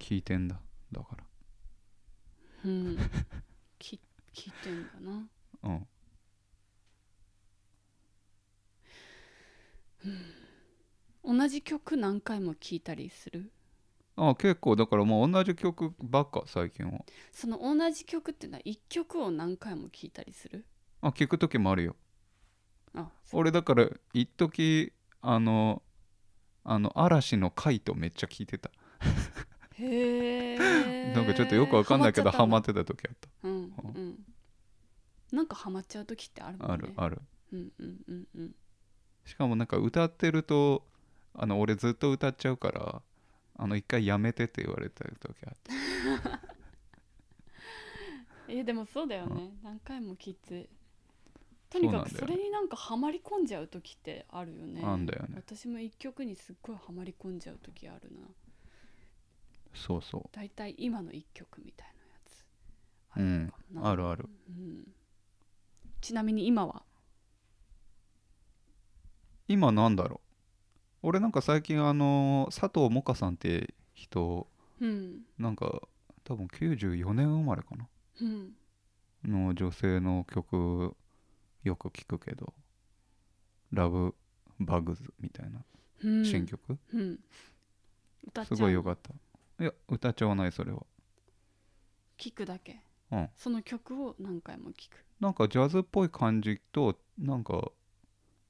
S2: 聞いてんだだか
S3: うん。き聞いてんだな。
S2: らうん
S3: 同じ曲何回も聞いたりする。
S2: あ結構だからもう同じ曲ばっか最近は
S3: その同じ曲ってのは一曲を何回も聞いたりする。
S2: あ聞く時もあるよ
S3: あ、そう
S2: 俺だから一時あのあの嵐のカイトめっちゃ聞いてた
S3: へえ。
S2: なんかちょっとよくわかんないけどハマ
S3: っ
S2: ってた時あっ
S3: うんうんなんかハマっちゃう時ってあるもん
S2: た
S3: ね
S2: あるある
S3: うんうんうんうん
S2: しかもなんか歌ってるとあの俺ずっと歌っちゃうからあの一回やめてって言われた時あった
S3: えでもそうだよね何回も聞いてと
S2: そうなんだよ
S3: にか
S2: ね
S3: くそれになんかハマり込んじゃう時ってあるよね
S2: あんだよね
S3: 私も一曲にすっごいハマり込んじゃう時あるな
S2: そうそ
S3: だいたい今の一曲みたいなやつ
S2: ううん
S3: かもな
S2: あるある
S3: うんちなみに今は
S2: 今なんだろう俺なんか最近あの佐藤萌歌さんって人
S3: うん
S2: なんか多分94年生まれかな
S3: うん
S2: の女性の曲よく聞くけど「ラブバグズ」みたいな
S3: うん
S2: 新曲、
S3: うん歌っち
S2: す
S3: ゃう
S2: ごいよかったいや歌っちゃわないそれは
S3: 聞くだけ、
S2: うん
S3: その曲を何回も聞く
S2: なんかジャズっぽい感じとなんか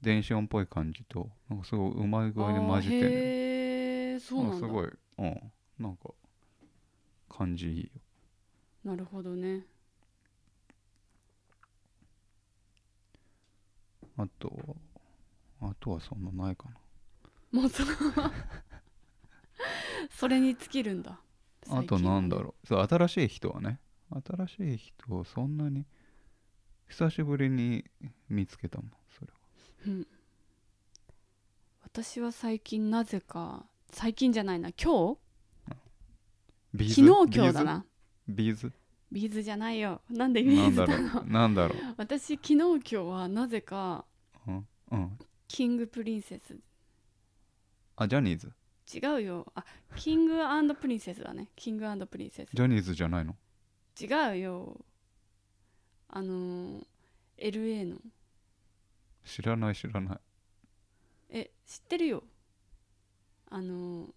S2: 電子音っぽい感じとなんかすごいうまい具合で混じって
S3: あー
S2: る
S3: へーそう
S2: な
S3: なん
S2: か
S3: ん
S2: す
S3: だ
S2: ごいうんなんか感じいいよ
S3: なるほどね
S2: あとあとはそんなないかな
S3: もうそのそれに尽きるんだ
S2: あとなんだろうそう新しい人はね新しい人をそんなに久しぶりに見つけたもんそれは
S3: う、うん、私は最近なぜか最近じゃないな今
S2: ビ
S3: 日昨日今日だな
S2: ビーズ
S3: ビーズじゃないよなんで
S2: ビ
S3: ビ
S2: ー
S3: ー
S2: ズ
S3: ズ
S2: な
S3: だ
S2: んだろうなんだろ
S3: 私昨日今日はなぜか
S2: う、うんうん、
S3: キングプリンセス
S2: あジャニーズ
S3: 違うよあキングプリンセスだねキングプリンセス
S2: ジャニーズじゃないの
S3: 違うよあのー LA の
S2: 知らない知らない
S3: え知ってるよあの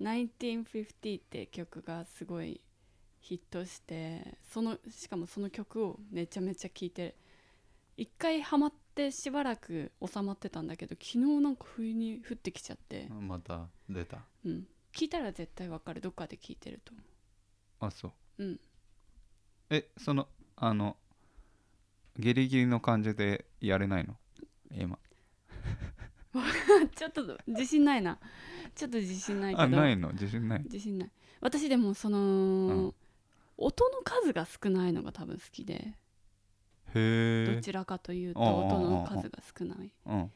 S3: ー「1950」って曲がすごいヒットしてそのしかもその曲をめちゃめちゃ聴いて一回ハマってしばらく収まってたんだけど昨日なんか不意に降ってきちゃって、
S2: また出た
S3: うん、聞いたら絶対わかるどっかで聞いてると思
S2: あそう
S3: う、うん、
S2: えそのあのギリギリの感じでやれないの今
S3: ちょっと自信ないなちょっと自信ないけど
S2: あないの自信ない
S3: 自信ない私でもその、
S2: ん
S3: 音の数が少ないのが多分好きで
S2: へ
S3: ど
S2: え
S3: ちらかというと
S2: ああああ
S3: 音の数が少ない
S2: うん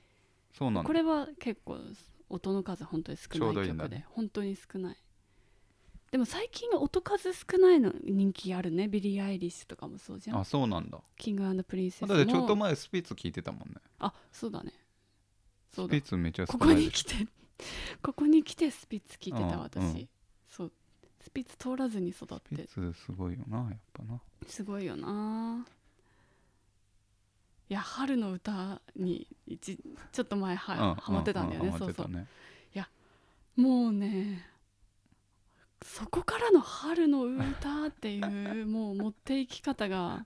S2: そうなんだ
S3: これは結構音の数本当に少
S2: ちょ
S3: な
S2: う
S3: い
S2: どいいんだ
S3: 曲
S2: ね
S3: で本当に少ないでも最近音数少ないの人気あるねビリー・アイリッシュとかもそうじゃん
S2: あそうなんだ
S3: キングプリンセス
S2: あ
S3: も
S2: だってちょっと前スピッツ聞いてたもんね
S3: あそうだねそ
S2: ス
S3: うだ
S2: ピッツめちゃ少
S3: ここ
S2: ない
S3: に
S2: でし
S3: 来てここに来てスピッツ聞いて
S2: うんう
S3: た
S2: ん
S3: 私、そうスピッツ通らずに育っ
S2: ょスピ
S3: て
S2: ッツすごいよなやっぱな
S3: すごいよないや春の歌に一ちょっと前は、
S2: うん
S3: ハマってたんだよね、
S2: うう
S3: そうそう、
S2: ハマってたね
S3: もうねそこからの春の歌っ ていうもう持っていき方が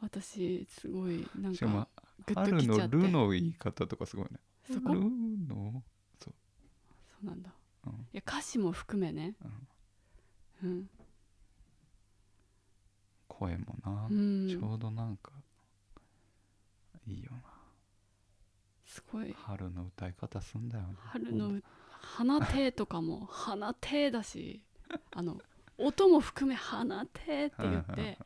S3: 私すごいなん
S2: しかも
S3: かグッと
S2: 春
S3: きちゃ
S2: の
S3: っ
S2: ル
S3: て
S2: の言い方とかすごいね
S3: そこ
S2: ルの
S3: そうなんだ、
S2: うん
S3: いや歌詞も含めねうん、
S2: 声もな
S3: う、ん
S2: ちょうどなんかいいよ
S3: すごい
S2: な春の歌い方すんだよね
S3: 春のう花手とかも花手だしあの音も含め花手って
S2: は
S3: 言っ
S2: いはいは
S3: て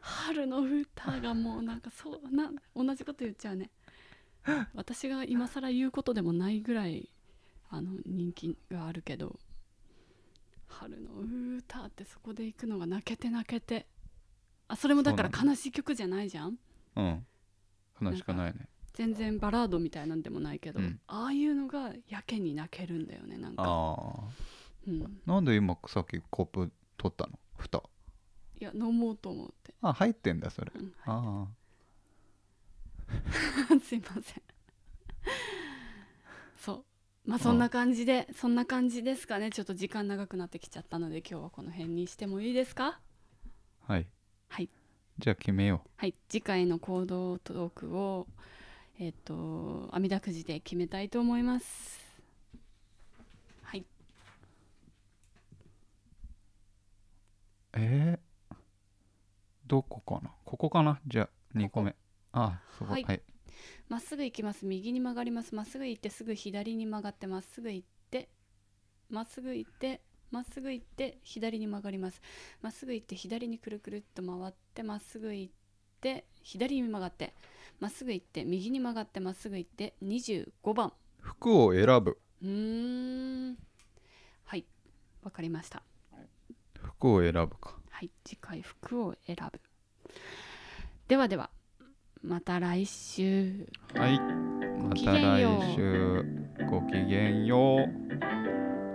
S3: 春の歌がもうなんかそうな同じこと言っちゃうね私が今更言うことでもないぐらいあの人気があるけど春の歌ってそこで行くのが泣けて泣けてあそれもだから
S2: そう
S3: 悲しい曲じゃないじゃん
S2: うん悲しくないね
S3: 全然バラードみたいなんでもないけど、
S2: うん
S3: ああいうのがやけに泣けるんだよねなんか、
S2: あ
S3: うん、
S2: あなんで今さっきコップ取ったの蓋
S3: いや飲もうと思って、
S2: あ入ってんだそれ
S3: うん、
S2: あ
S3: すいませんそうまあそんな感じで、そんな感じですかねちょっと時間長くなってきちゃったので今日はこの辺にしてもいいですか
S2: あはい
S3: はい
S2: じゃあ決めよ
S3: はい次回の行動トークをえっ、と網だくじで決めたいと思いますはいう
S2: えーどこかなここかなじゃあ2個目あそこ
S3: は
S2: はいい、
S3: まっすぐ行きます右に曲がりますまっすぐ行ってすぐ左に曲がってまっすぐ行ってまっすぐ行ってまっすぐ行って左に曲がりますまっすぐ行って左にくるくるっと回ってまっすぐ行って左に曲がってまっすぐ行って右に曲がってまっすぐ行って25番
S2: 服を選ぶ
S3: うーんはいわかりました
S2: 服を選ぶか
S3: はい次回服を選ぶではではまた来週
S2: はいま
S3: き
S2: た
S3: げんよう
S2: 来週ごきげんよう